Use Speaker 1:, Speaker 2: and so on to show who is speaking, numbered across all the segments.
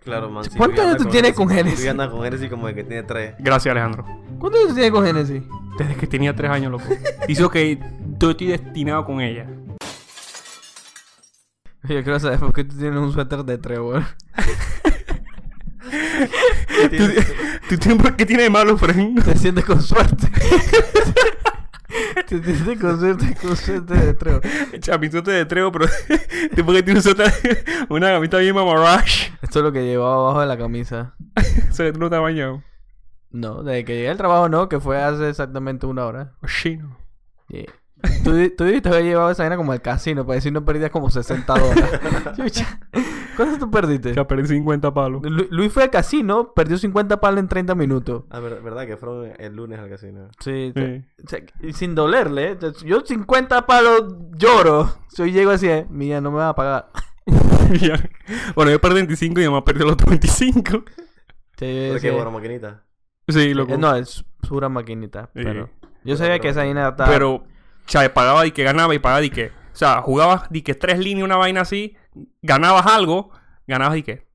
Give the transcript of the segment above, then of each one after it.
Speaker 1: Claro, man. sí,
Speaker 2: ¿Cuántos
Speaker 1: Rihanna
Speaker 2: años tú tienes con Genesis?
Speaker 1: Rihanna con Genesis como de que tiene tres.
Speaker 3: Gracias, Alejandro.
Speaker 2: ¿Cuántos años tiene con Genesis?
Speaker 3: Desde que tenía tres años, loco. Dice que yo estoy destinado con ella.
Speaker 2: Yo quiero saber por qué tú tienes un suéter de trébol.
Speaker 3: ¿Tú, tú tienes- ¿Qué tiene de malo, Frank?
Speaker 2: Te sientes con suerte. Te sientes con suerte con suerte de trébol.
Speaker 3: Chapitote de trevo, pero después que tiene un sota, una camita bien mamarrash.
Speaker 2: Esto es lo que llevaba abajo de la camisa.
Speaker 3: Se le tú no te has bañado.
Speaker 2: No, desde que llegué al trabajo no, que fue hace exactamente una hora.
Speaker 3: Chino.
Speaker 2: Yeah. Tú, di- tú dijiste haber llevado esa vaina como al casino para decir no perdías como 60 dólares. Chucha. ¿Cuánto tú perdiste?
Speaker 3: Ya perdí 50 palos.
Speaker 2: Lu- Luis fue al casino, perdió 50 palos en 30 minutos.
Speaker 1: Ah, ver- verdad que fueron el lunes al casino.
Speaker 2: Sí,
Speaker 3: Sí.
Speaker 2: o sea, y sin dolerle. ¿eh? O sea, Yo 50 palos lloro. Yo llego así, eh, mira, no me va a pagar.
Speaker 3: Ya. bueno, yo perdí 25 y mi mamá perdió los otros 25.
Speaker 2: Sí,
Speaker 1: Porque
Speaker 2: sí.
Speaker 1: bueno, maquinita.
Speaker 3: Sí, loco.
Speaker 2: Eh, no, es pura maquinita.
Speaker 3: Sí.
Speaker 2: Pero yo sabía que esa vaina estaba...
Speaker 3: Pero, o sea, pagaba y que ganaba y pagaba y que. O sea, jugabas y que tres líneas, una vaina así, ganabas algo, ganabas y que.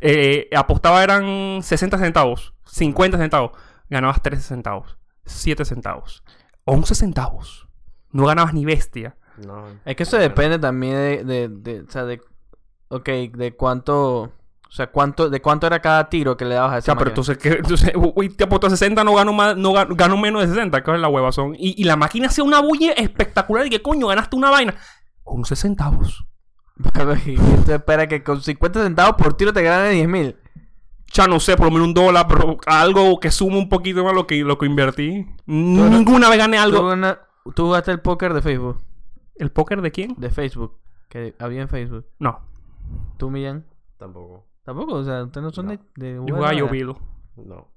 Speaker 3: Eh, apostaba eran 60 centavos, 50 centavos, ganabas 13 centavos, 7 centavos, 11 centavos. No ganabas ni bestia.
Speaker 1: No.
Speaker 2: Es que eso depende también de, de, de- o sea, de, ok, de cuánto, o sea, cuánto, de cuánto era cada tiro que le dabas a
Speaker 3: O
Speaker 2: esa
Speaker 3: sea,
Speaker 2: máquina.
Speaker 3: pero entonces, ¿qué? entonces uy, te apostó 60, no gano más, no gano, gano menos de 60, que es la huevazón. Y, y la máquina hacía una bulla espectacular y que coño, ganaste una vaina. 11 centavos.
Speaker 2: Y tú esperas que con 50 centavos por tiro te ganen 10 mil.
Speaker 3: ya no sé, por lo menos un dólar, pero algo que sume un poquito más lo que, lo que invertí. Ninguna vez gané
Speaker 2: Tú,
Speaker 3: algo.
Speaker 2: gana- tú jugaste el póker de Facebook,
Speaker 3: ¿El póker de quién?
Speaker 2: de Facebook, que había en Facebook.
Speaker 3: No,
Speaker 2: ¿Tú, Millán?
Speaker 1: Tampoco.
Speaker 2: Tampoco, o sea, ustedes no son
Speaker 1: No.
Speaker 2: de, de
Speaker 3: yo
Speaker 2: jugar
Speaker 3: jugaba
Speaker 2: nada.
Speaker 3: llovido.
Speaker 1: No.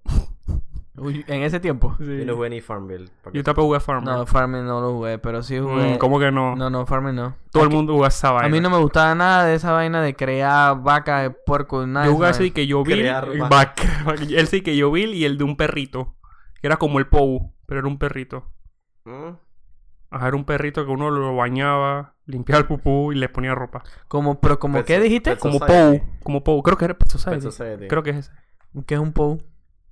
Speaker 2: Uy, En ese tiempo.
Speaker 1: Yo no jugué ni Farmville. ¿para qué?
Speaker 3: Yo tampoco jugué Farmer.
Speaker 2: No, Farming no lo jugué, pero sí jugué.
Speaker 3: Mm, ¿Cómo que no?
Speaker 2: No, no, Farming no.
Speaker 3: Todo el mundo jugaba esa vaina.
Speaker 2: A mí no me gustaba nada de esa vaina de crear vacas, puerco, nada. de
Speaker 3: Yo
Speaker 2: esa
Speaker 3: jugaba
Speaker 2: vaina.
Speaker 3: ese de que yo vi.
Speaker 1: Crear
Speaker 3: eh,
Speaker 1: más.
Speaker 3: vac- vac- El sí que yo vi y el de un perrito. Que era como el Pou, pero era un perrito.
Speaker 1: ¿Mm?
Speaker 3: Ajá, era un perrito que uno lo bañaba, limpiaba el pupú y le ponía ropa.
Speaker 2: Como, pero como,
Speaker 1: Pet-
Speaker 2: ¿qué dijiste?
Speaker 1: Pet
Speaker 3: Como
Speaker 1: Society.
Speaker 3: Pou, como Pou. Creo que era Pet Society.
Speaker 1: Pet Society.
Speaker 3: Creo que es ese.
Speaker 2: ¿Qué es un POU?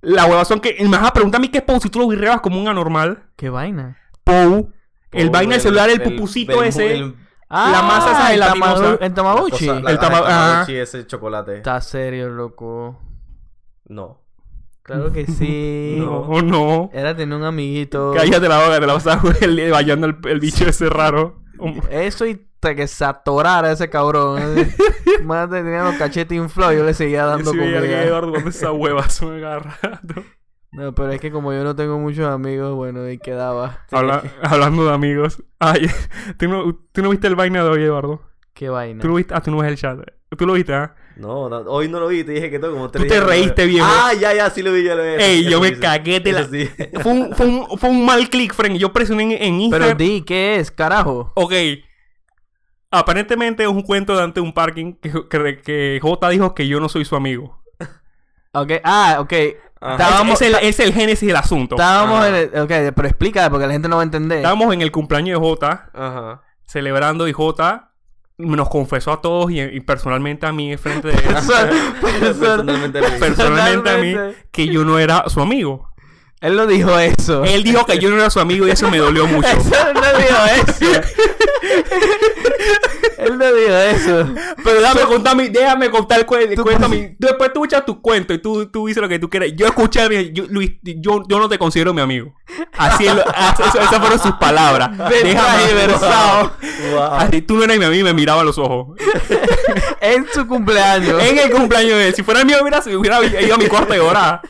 Speaker 3: La huevazón que... y Me vas a preguntar a mí qué es Pou si tú lo virreabas como un anormal.
Speaker 2: ¿Qué vaina?
Speaker 3: Pou. El
Speaker 1: Pou,
Speaker 3: vaina del celular, el
Speaker 1: del-
Speaker 3: pupucito
Speaker 1: del-
Speaker 3: ese.
Speaker 1: el-
Speaker 3: La masa
Speaker 2: Ah,
Speaker 3: esa
Speaker 2: el
Speaker 3: gelatinosa.
Speaker 2: tamagotchi- El Tamagotchi.
Speaker 1: la cosa- la-
Speaker 3: El
Speaker 1: ajá,
Speaker 3: tama-
Speaker 1: Tamagotchi, ese chocolate.
Speaker 2: Está serio, loco.
Speaker 1: No.
Speaker 2: Claro que sí.
Speaker 3: No, oh,
Speaker 1: Eh,
Speaker 3: no.
Speaker 2: Era tener un amiguito.
Speaker 3: Cállate la boca, te la vas a jugar el- bañando el, el bicho ese raro. Um,
Speaker 2: Eso y hasta que se atorara ese cabrón. Más de tenía los cachetes inflados, yo le seguía dando
Speaker 3: Yo sí veía a alguien,
Speaker 2: comida.
Speaker 3: Eduardo con esa huevazo agarrando.
Speaker 2: No, pero es que como yo no tengo muchos amigos, bueno, ahí quedaba.
Speaker 3: Habla- hablando de amigos. Ay, ¿tú no, tú no viste el vaina de hoy, Eduardo.
Speaker 2: Qué vaina.
Speaker 3: Tú lo viste. Ah, tú no ves el chat. Tú lo viste, ¿ah?
Speaker 1: No, no, hoy no lo vi, te dije que todo como tres
Speaker 3: Tú te
Speaker 1: días que no lo
Speaker 3: reíste,
Speaker 1: vi.
Speaker 3: viejo.
Speaker 1: Ah, ya, ya, sí lo vi, ya lo vi.
Speaker 3: Ey,
Speaker 1: Eso
Speaker 3: yo me
Speaker 1: sí,
Speaker 3: cagué de
Speaker 1: eso
Speaker 3: la-
Speaker 1: sí.
Speaker 3: Fue un, fue un, fue un mal click, friend. Yo presioné en, en
Speaker 2: Pero
Speaker 3: Instagram.
Speaker 2: di, ¿qué es, carajo?
Speaker 3: Ok. Aparentemente es un cuento de ante un parking que, que, que J dijo que yo no soy su amigo.
Speaker 2: Ok, ah, ok.
Speaker 1: Ajá.
Speaker 2: Estábamos,
Speaker 3: es, es el, es el génesis del asunto.
Speaker 2: estábamos
Speaker 1: Ajá.
Speaker 2: en el... Ok, pero explícale porque la gente no va a entender.
Speaker 3: Estábamos en el cumpleaños de J,
Speaker 1: Ajá.
Speaker 3: celebrando y J nos confesó a todos y, y personalmente a mí, frente de él,
Speaker 1: Personalmente lo vi.
Speaker 3: personalmente a mí,
Speaker 2: Personalmente.
Speaker 3: que yo no era su amigo.
Speaker 2: Él no dijo eso.
Speaker 3: Él dijo que yo no era su amigo y eso me dolió mucho.
Speaker 2: Él no dijo eso. Él no dijo eso.
Speaker 3: Pero déjame contar mi, déjame contar el cuen-
Speaker 2: Tú-
Speaker 3: cuento a mí. Después tú echas tu cuento y tú, tú dices lo que tú quieras. Yo escuché, mi- yo, Luis, yo, yo no te considero mi amigo. Así, es lo- así- eso- esas fueron sus palabras. Déjame versado.
Speaker 1: Wow.
Speaker 3: Así tú no eres mi amigo y me miraba a los ojos.
Speaker 2: En su cumpleaños.
Speaker 3: en el cumpleaños de él. Si fuera mío, mira, si hubiera ido a mi cuarto a llorar.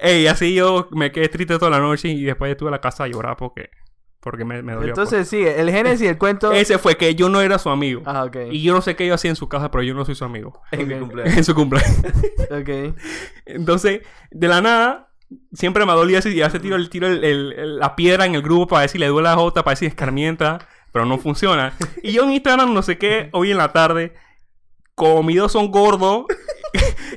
Speaker 3: Ey, así yo me quedé triste toda la noche y después estuve a la casa a llorar porque, porque me, me dolió. pues.
Speaker 2: Entonces, sí, el génesis, el cuento.
Speaker 3: ese fue que yo no era su amigo.
Speaker 2: Ah, ok.
Speaker 3: Y yo no sé qué yo hacía en su casa, pero yo no soy su amigo.
Speaker 1: En mi
Speaker 2: Ok.
Speaker 1: cumpleaños.
Speaker 3: En su cumpleaños.
Speaker 2: Ok.
Speaker 3: Entonces, de la nada, siempre me dolía ese, ya se tiro, el, tiro el- el- el- la piedra en el grupo para ver si le duele a Jota, para ver si escarmienta, pero no funciona. Y yo en Instagram, no sé qué, hoy en la tarde, como mis dos son gordos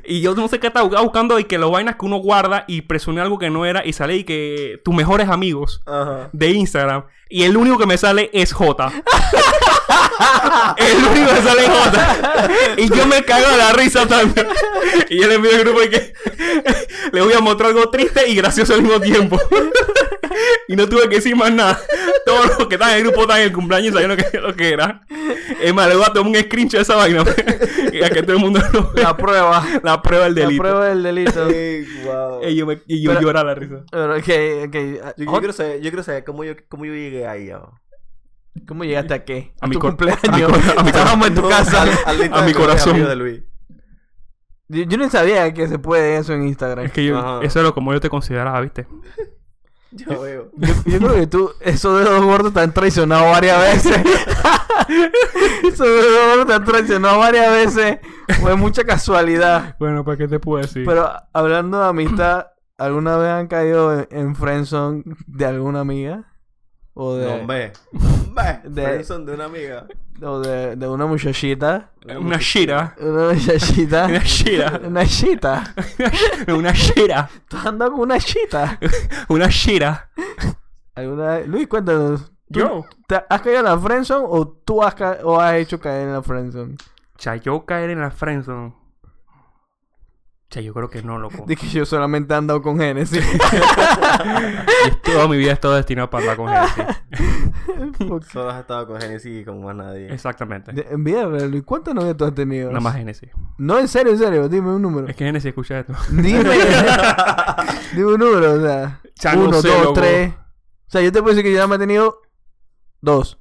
Speaker 3: Y yo no sé qué estaba buscando y que las vainas que uno guarda y presume algo que no era y sale y que tus mejores amigos
Speaker 1: Ajá.
Speaker 3: de Instagram. Y el único que me sale es J. el único que sale es J. Y yo me cago de la risa también. Y yo le envío al grupo y que le voy a mostrar algo triste y gracioso al mismo tiempo. y no tuve que decir más nada. Todos los que estaban en el grupo estaban en el cumpleaños y sabían lo que, lo que era. Es más, le voy a tomar un screenshot de esa vaina. pues. y a que todo el mundo lo vea.
Speaker 2: La prueba.
Speaker 3: La prueba del delito.
Speaker 2: La prueba del delito.
Speaker 1: Ey, wow.
Speaker 3: Y yo, me, y yo
Speaker 2: Pero-
Speaker 3: llora la risa.
Speaker 2: Pero, ok, ok.
Speaker 1: Yo, yo
Speaker 2: Ot-
Speaker 1: quiero saber, yo quiero saber cómo yo, cómo yo llegué ahí. ¿no?
Speaker 2: ¿Cómo llegaste a qué?
Speaker 3: A mi
Speaker 2: tu
Speaker 3: cor-
Speaker 2: cumpleaños.
Speaker 3: a mi cor- a mi cor-
Speaker 2: Estábamos en tu
Speaker 1: No,
Speaker 2: casa.
Speaker 1: al- al lista
Speaker 3: a
Speaker 1: de mejores
Speaker 3: mi corazón.
Speaker 1: amigos de Luis.
Speaker 2: Yo, yo no sabía que se puede eso en Instagram.
Speaker 3: Es que yo,
Speaker 1: Ajá.
Speaker 3: eso es lo como yo te consideraba, ¿viste?
Speaker 1: Yo veo.
Speaker 2: Yo, yo creo que tú, esos dedos gordos te han traicionado varias veces. esos dedos gordos te han traicionado varias veces. Fue mucha casualidad.
Speaker 3: Bueno, ¿para qué te puedo decir?
Speaker 2: Pero hablando de amistad, ¿alguna vez han caído en, en friendzone de alguna amiga? O de,
Speaker 1: No, me. Me.
Speaker 2: De-
Speaker 1: De... Son de una amiga.
Speaker 2: o de, de una muchachita.
Speaker 3: una shira.
Speaker 2: Una muchachita.
Speaker 3: Una shira.
Speaker 2: una chita.
Speaker 3: una shira.
Speaker 2: ¿Tú has andado con una chita?
Speaker 3: Una shira.
Speaker 2: ¿Alguna vez? Luis, cuéntanos. ¿tú
Speaker 3: Yo.
Speaker 2: te ¿Has caído en la friendzone o tú has, ca- o has hecho caer en la friendzone?
Speaker 3: Cha, yo caer en la friendzone. Cha, yo creo que no, loco.
Speaker 2: Dije yo solamente he andado con Genesis.
Speaker 3: Toda mi vida he estado destinado para hablar con gente.
Speaker 2: Porque-
Speaker 1: Solo has estado con Genesis y con más nadie.
Speaker 3: Exactamente.
Speaker 2: de- Mierda, Luis, ¿cuántas novias tú has tenido?
Speaker 3: Nada más Genesis.
Speaker 2: No, en serio, en serio, dime un número.
Speaker 3: Es que Genesis escucha esto.
Speaker 2: Dime, dime un número, o sea.
Speaker 3: Ya no
Speaker 2: uno,
Speaker 3: sé,
Speaker 2: dos,
Speaker 3: loco.
Speaker 2: tres. O sea, yo te puedo decir que yo nada más he tenido dos.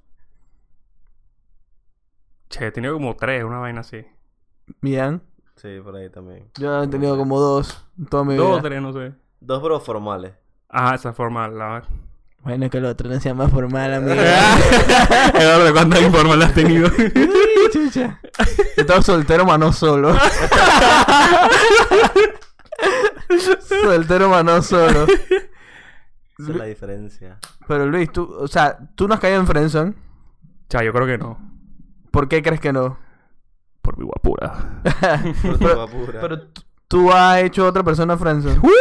Speaker 3: Che, he tenido como tres, una vaina así.
Speaker 2: Bien.
Speaker 1: Sí, por ahí también.
Speaker 2: Yo he tenido como dos en toda mi
Speaker 3: Dos o
Speaker 2: vida.
Speaker 3: tres, no sé.
Speaker 1: Dos bros formales.
Speaker 3: Ah, esa forma. La...
Speaker 2: Bueno, que lo otro no sea más formal, amigo.
Speaker 3: Eduardo, ¿cuántas informes has tenido?
Speaker 2: Uy, chucha. Yo estaba soltero, mano solo. soltero, mano solo.
Speaker 1: Esa es la diferencia.
Speaker 2: Pero Luis, tú, o sea, tú no has caído en Friendzone.
Speaker 3: Cha, yo creo que no.
Speaker 2: ¿Por qué crees que no?
Speaker 3: Por mi guapura.
Speaker 1: Por tu
Speaker 2: Pero-
Speaker 1: guapura.
Speaker 2: Pero tú- tú has hecho a otra persona Friendzone.
Speaker 3: ¡Uy!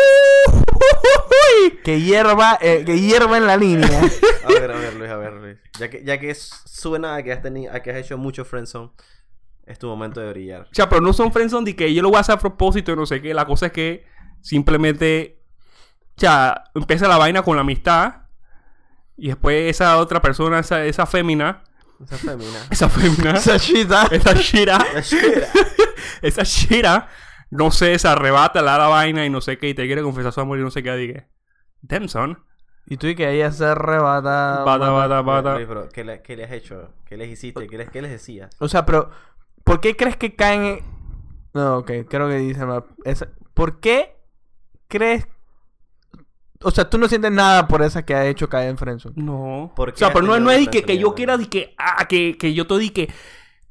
Speaker 2: Que hierva, eh, que hierva en la línea.
Speaker 1: A ver, a ver, Luis, a ver, Luis. Ya que, ya que s- suena a que has tenido, a que has hecho mucho friendzone, es tu momento de brillar.
Speaker 3: O sea, pero no son friendzone de que yo lo voy a hacer a propósito y no sé qué. La cosa es que simplemente... O sea, empieza la vaina con la amistad. Y después esa otra persona, esa, esa fémina...
Speaker 1: Esa femina.
Speaker 3: Esa fémina...
Speaker 2: Esa chita.
Speaker 3: esa shira...
Speaker 1: La shira.
Speaker 3: Esa shira... No sé, se arrebata la, la vaina y no sé qué. Y te quiere confesar su amor y no sé qué. Dije... Damn, son.
Speaker 2: Y tú y que ella se arrebata.
Speaker 3: Bata, bata, bata.
Speaker 1: Luis, bro, ¿qué, le, ¿qué le has hecho? ¿Qué les hiciste? ¿Qué les, qué les decías?
Speaker 2: O sea, pero, ¿por qué crees que caen en... No, ok, creo que dice mal. Esa- ¿Por qué crees... O sea, tú no sientes nada por esa que ha hecho caer en Friendzone.
Speaker 3: No.
Speaker 1: ¿Por
Speaker 3: o
Speaker 1: qué
Speaker 3: sea,
Speaker 1: has
Speaker 3: pero no,
Speaker 1: tenido
Speaker 3: no es
Speaker 1: esa
Speaker 3: de que, que yo
Speaker 1: enseñanza?
Speaker 3: quiera de que, ah, que, que yo te di que.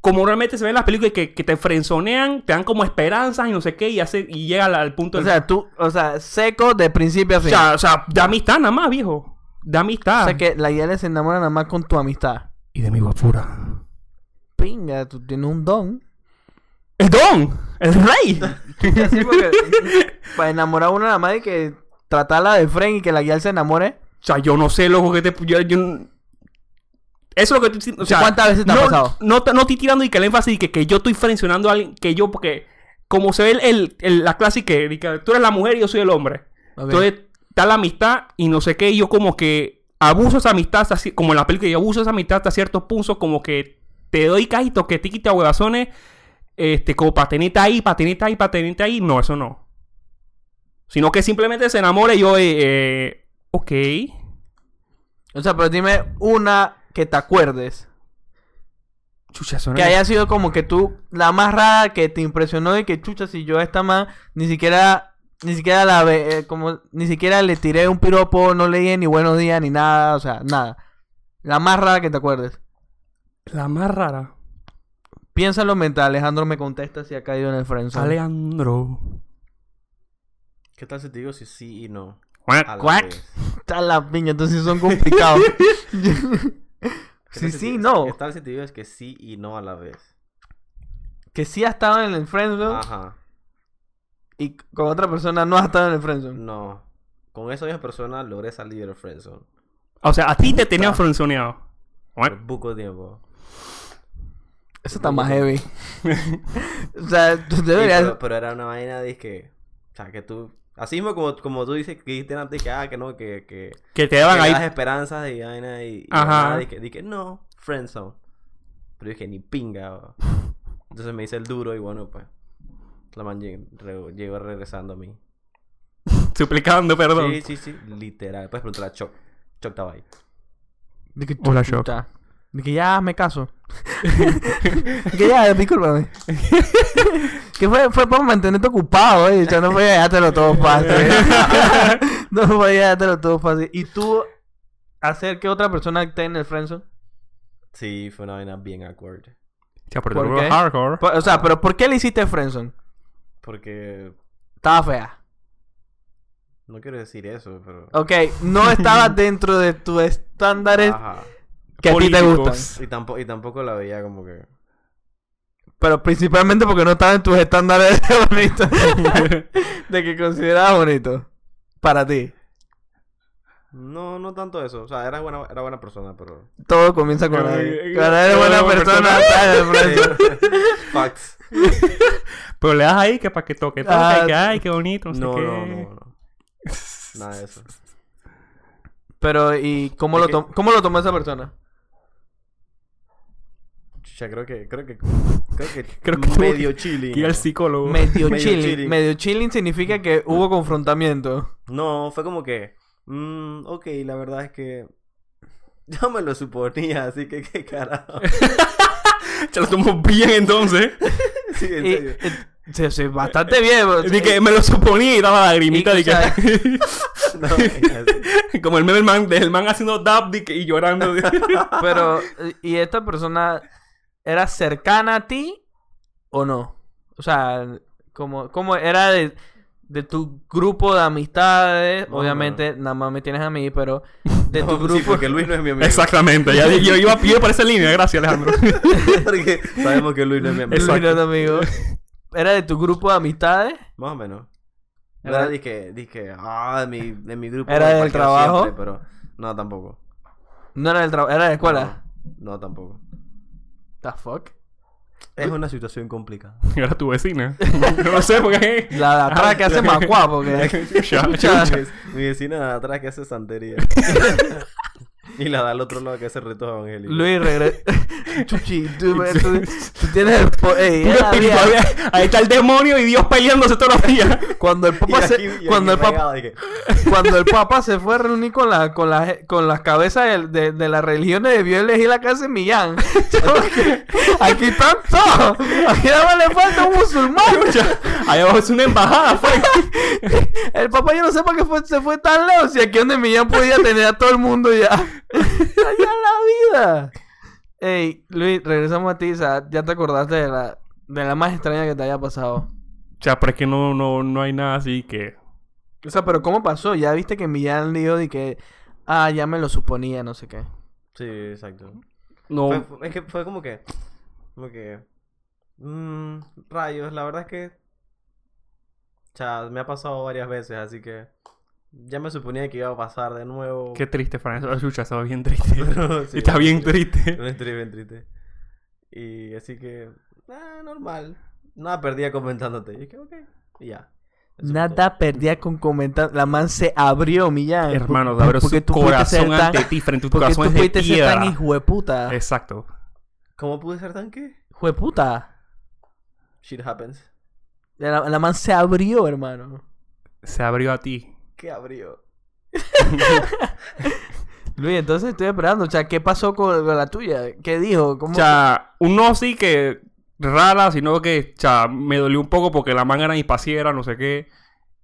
Speaker 3: Como realmente se ven las películas que, que te frenzonean, te dan como esperanzas y no sé qué, y hace, y llega al, al punto
Speaker 2: O
Speaker 3: del-
Speaker 2: sea, tú... O sea, seco de principio a fin.
Speaker 3: o sea, o sea, de amistad nada más, viejo. De amistad.
Speaker 2: O sea, que la Yale se enamora nada más con tu amistad.
Speaker 3: Y de mi guapura.
Speaker 2: Pinga, tú tienes un don.
Speaker 3: ¡El don! ¡El rey!
Speaker 2: Así porque... para enamorar a una nada más y que... Tratarla de friend y que la Yale se enamore.
Speaker 3: o sea, yo no sé, loco, que te. Yo, yo- Eso es lo que tú. O sea,
Speaker 2: ¿Cuántas veces te ha
Speaker 3: no,
Speaker 2: pasado?
Speaker 3: No, te- no estoy tirando y que el énfasis y que, que yo estoy frencionando a alguien, que yo, porque. Como se ve el, el- el- la clásica, de que tú eres la mujer y yo soy el hombre.
Speaker 2: Ok.
Speaker 3: Entonces, está la amistad y no sé qué. Y yo como que abuso esa amistad, hasta ci- como en la película, yo abuso esa amistad hasta ciertos puntos, como que te doy cajitos, que tiquita huevazones, este, como patinita ahí, patinita ahí, patinita ahí. No, eso no. Sino que simplemente se enamora y yo, eh, eh, ok.
Speaker 2: O sea, pero dime una que te acuerdes.
Speaker 3: Chucha, eso no
Speaker 2: Que
Speaker 3: es-
Speaker 2: haya sido como que tú, la más rara que te impresionó y que chucha, si yo a esta más, ni siquiera, ni siquiera la ve, eh, como, ni siquiera le tiré un piropo, no le dije ni buenos días ni nada, o sea, nada. La más rara que te acuerdes.
Speaker 3: La más rara.
Speaker 2: Piénsalo mientras Alejandro me contesta si ha caído en el friendzone.
Speaker 3: Alejandro.
Speaker 1: ¿Qué tal si te digo si sí y no? A la
Speaker 3: Cuac.
Speaker 1: vez.
Speaker 2: Está la piña, entonces sí son complicados.
Speaker 1: ¿Qué
Speaker 2: sí,
Speaker 1: tal si te-
Speaker 2: sí, no.
Speaker 1: ¿Qué tal si te digo es que sí y no a la vez?
Speaker 2: Que sí ha estado en el friendzone
Speaker 1: Ajá.
Speaker 2: y con otra persona no has estado en el friendzone.
Speaker 1: No. Con esa misma persona logré salir del friendzone.
Speaker 3: O sea, a ti te tenían frenzoneado.
Speaker 1: Por
Speaker 3: Bueno,
Speaker 1: poco tiempo.
Speaker 2: Eso está más heavy. o sea, tú deberías...
Speaker 1: Sí, pero, pero era una vaina de que... O sea, que tú... Así mismo como, como tú dices que dijiste antes que, ah, que no, que... que
Speaker 3: que te
Speaker 1: que
Speaker 3: daban
Speaker 1: las
Speaker 3: ahí.
Speaker 1: esperanzas y vaina y... y
Speaker 3: Ajá.
Speaker 1: nada, Dije, dije, no, friendzone. Pero dije, ni pinga. bro. Entonces me hice el duro y bueno, pues... La man lleg- re- llegó regresando a mí.
Speaker 3: Suplicando perdón.
Speaker 1: Sí, sí, sí. Literal. Puedes preguntar a Choc. Choc estaba ahí.
Speaker 2: De que,
Speaker 3: Hola, Shock.
Speaker 2: chuta. De que ya me caso. De que ya, discúlpame. que fue, fue por mantenerte ocupado, eh. Yo no podía dejártelo todo fácil. eh. no podía dejártelo todo fácil. Y tú, hacer que otra persona esté en el friendzone.
Speaker 1: Sí, fue una vaina bien awkward.
Speaker 3: Ya, pero
Speaker 2: ¿Por
Speaker 3: tú eres
Speaker 2: qué?
Speaker 3: hardcore.
Speaker 2: Por- O sea, pero ¿por qué le hiciste friendzone?
Speaker 1: Porque...
Speaker 2: Estaba fea.
Speaker 1: No quiero decir eso, pero...
Speaker 2: Ok, no estaba dentro de tus estándares
Speaker 1: Ajá.
Speaker 2: que a ti te
Speaker 3: Ah, Políticos.
Speaker 2: gustan.
Speaker 1: Y, tampoco, y tampoco la veía como que...
Speaker 2: Pero principalmente porque no estaba en tus estándares de bonito. de que considerabas bonito. Para ti.
Speaker 1: No, no tanto eso. O sea, era buena, era buena persona, pero...
Speaker 2: Todo comienza con
Speaker 3: Pero,
Speaker 2: la
Speaker 3: eh,
Speaker 2: Cuando eres
Speaker 3: pero
Speaker 2: buena
Speaker 3: buena
Speaker 2: persona,
Speaker 3: persona.
Speaker 2: estás en el friendzone.
Speaker 1: Facts.
Speaker 3: Pero le das ahí que para que toque, toque,
Speaker 2: Ah,
Speaker 3: que ay, qué bonito,
Speaker 1: No,
Speaker 3: no, sé
Speaker 1: no,
Speaker 3: qué.
Speaker 1: no, no. Nada de eso.
Speaker 2: Pero, ¿y cómo
Speaker 1: Es
Speaker 2: lo,
Speaker 1: que-
Speaker 2: tom- cómo lo tomó esa persona?
Speaker 1: Ya creo que... Creo que... Creo que...
Speaker 3: Creo que tuvo
Speaker 1: medio chilling.
Speaker 3: Que ir al
Speaker 1: ¿no?
Speaker 3: psicólogo.
Speaker 2: Medio
Speaker 1: Medio
Speaker 2: chilling.
Speaker 1: chilling.
Speaker 2: Medio chilling significa que hubo confrontamiento.
Speaker 1: No, fue como que... mm, ok, la verdad es que... Yo me lo suponía, así que qué carajo.
Speaker 3: Se lo tomó bien entonces.
Speaker 1: Sí, en
Speaker 2: Y-
Speaker 1: serio.
Speaker 2: y- sí, sí, bastante bien. bro.
Speaker 3: Dije que me lo suponía y daba lagrimita.
Speaker 2: eh, Y-
Speaker 3: de que...
Speaker 1: No, en serio.
Speaker 3: Como el meme del man, del man haciendo dab de que- y llorando. de-
Speaker 2: Pero, ¿y esta persona era cercana a ti o no? O sea, como, como era de, de tu grupo de amistades,
Speaker 1: No,
Speaker 2: obviamente, nada más me tienes a mí, pero de
Speaker 1: No,
Speaker 2: tu
Speaker 1: sí,
Speaker 2: grupo.
Speaker 1: porque Luis no es mi amigo.
Speaker 3: Exactamente. Ya, yo iba a pie para esa línea. Gracias, Alejandro.
Speaker 1: Porque sabemos que Luis no es mi amigo.
Speaker 2: Luis no es tu amigo. Era de tu grupo de amistades.
Speaker 1: Más o menos. No
Speaker 2: Era-
Speaker 1: era dije, dije, ah, de mi, de mi grupo.
Speaker 2: ¿Era
Speaker 1: me
Speaker 2: del
Speaker 1: parqueo
Speaker 2: trabajo?
Speaker 1: siempre", pero no, tampoco.
Speaker 2: No era del trabajo, era de la escuela.
Speaker 1: No, no, tampoco.
Speaker 2: The fuck.
Speaker 1: Es una situación complicada.
Speaker 3: Era tu vecina. No lo sé, porque.
Speaker 2: La de atrás que hace más guapo que.
Speaker 3: Chucha,
Speaker 2: Chucha.
Speaker 3: chucha.
Speaker 1: mi vecina de atrás que hace santería. y la da al otro lado que hace ritos evangélicos.
Speaker 2: Luis regresa. Chuchi, tú, tú- tú tienes el po- ey,
Speaker 3: Pura
Speaker 2: era bien.
Speaker 3: espiritualidad. Ahí está el demonio y Dios peleándose todos los días.
Speaker 2: Cuando el
Speaker 1: Y
Speaker 2: papá
Speaker 1: aquí- y
Speaker 2: se,
Speaker 1: aquí
Speaker 2: cuando el papá,
Speaker 1: regado, dije,
Speaker 2: Cuando el Papa se fue a reunir con, la, con, la, con las cabezas del- de, de, las religiones, debió elegir la casa de Millán. Aquí están todos. Aquí nada más le falta un musulmán.
Speaker 3: Chucha. Ahí abajo es una embajada. pues. fue.
Speaker 2: El Papa yo no sé para qué fue- se fue tan lejos. Y aquí donde Millán podía tener a todo el mundo ya. Allá la vida. Ey, Luis, regresamos a ti. o sea, ya te acordaste de la, de la más extraña que te haya pasado.
Speaker 3: O sea, pero es que no, no, no hay nada así que.
Speaker 2: O sea, pero ¿cómo pasó? Ya viste que Millán dijo de que... Ah, ya me lo suponía, no sé qué.
Speaker 1: Sí, exacto.
Speaker 3: No.
Speaker 1: Fue- fue- es que fue como que. Como que. mm, rayos, la verdad es que. O sea, me ha pasado varias veces, así que. Ya me suponía que iba a pasar de nuevo.
Speaker 3: Qué triste, Fran. Eso, chucha, estaba bien triste.
Speaker 1: Pero sí,
Speaker 3: Está bien
Speaker 1: sí.
Speaker 3: triste.
Speaker 1: Bien triste, bien triste. Y así que. Ah, normal. Nada perdía comentándote. Y dije, ok. Y ya. Eso fue todo.
Speaker 2: Nada perdía con comentar. La man se abrió, Millán.
Speaker 3: Hermano,
Speaker 2: Por-
Speaker 3: abre
Speaker 2: porque
Speaker 3: su
Speaker 2: tú pudiste ser
Speaker 3: corazón
Speaker 2: tan-
Speaker 3: ante ti, frente a tu
Speaker 2: Porque
Speaker 3: corazón
Speaker 2: tú
Speaker 3: es de
Speaker 2: pudiste ser tan
Speaker 3: piedra.
Speaker 2: hijo de puta.
Speaker 3: Exacto.
Speaker 1: ¿Cómo pude ser tan qué?
Speaker 2: Hijo de puta.
Speaker 1: Shit happens.
Speaker 2: La, la man se abrió, hermano.
Speaker 3: Se abrió a ti.
Speaker 1: ¿Qué abrió?
Speaker 2: Luis, entonces estoy esperando. O sea, ¿qué pasó con, con la tuya? ¿Qué dijo? ¿Cómo?
Speaker 3: O sea, un no sí que rara, sino que, o sea, me dolió un poco porque la man era pasiera, no sé qué.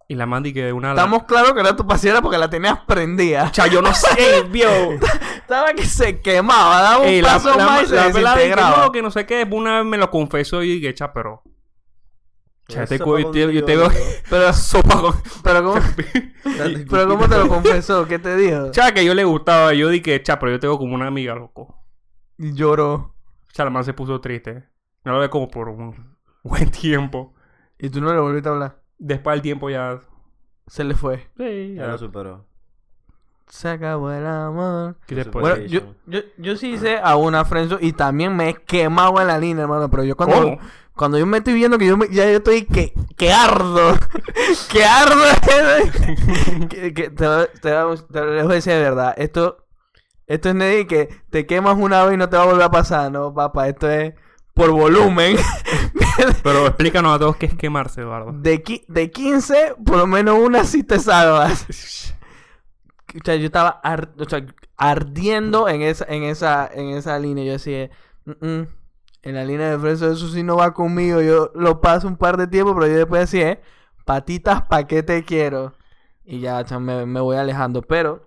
Speaker 3: Y la man di que de una... la-
Speaker 2: Estamos claros que era tu pasiera porque la tenías prendida.
Speaker 3: O sea, yo no sé, viejo.
Speaker 2: Estaba que se quemaba, daba un
Speaker 3: Ey, la,
Speaker 2: paso
Speaker 3: la,
Speaker 2: más y se
Speaker 3: la pelada di que
Speaker 2: desintegraba.
Speaker 3: no, que no sé qué. Una vez me lo confesó y dije, cha, pero... Cha, este
Speaker 1: Eso
Speaker 3: cu-
Speaker 1: fue
Speaker 3: tío, yo te
Speaker 1: contigo,
Speaker 3: veo... Pero sopa con...
Speaker 2: Pero ¿cómo,
Speaker 1: ¿no?
Speaker 2: pero ¿cómo te lo confesó? ¿Qué te dijo?
Speaker 3: Cha, que yo le gustaba. Yo dije, cha, pero yo tengo como una amiga, loco.
Speaker 2: Y lloró.
Speaker 3: Cha, la man se puso triste. No lo ve como por un buen tiempo.
Speaker 2: Y tú no le volviste a hablar.
Speaker 3: Después del tiempo ya.
Speaker 2: Se le fue.
Speaker 3: Sí,
Speaker 1: Ya lo superó.
Speaker 2: Se acabó el amor.
Speaker 3: Que
Speaker 1: Lo
Speaker 3: después-
Speaker 1: superó.
Speaker 2: Bueno, yo, yo, yo sí hice a una friendzone y también me he quemado en la línea, hermano. Pero yo cuando,
Speaker 3: ¿Cómo?
Speaker 2: cuando yo me estoy viendo que yo me- ya yo estoy que, que ardo. que ardo. que, que te, lo- te, lo- te lo dejo decir de verdad. Esto, esto es Neddy que te quemas una vez y no te va a volver a pasar, ¿no, papá? Esto es por volumen.
Speaker 3: Pero explícanos a todos qué es quemarse, Eduardo.
Speaker 2: De, qui- de 15, por lo menos una sí te salvas. O sea, yo estaba ar- o sea, ardiendo en esa, en esa, en esa línea. Yo decía, "Mm, mm, en la línea de Fresno eso sí no va conmigo. Yo lo paso un par de tiempo, pero yo después decía, patitas, ¿pa' qué te quiero? Y ya, o sea, me, me voy alejando. Pero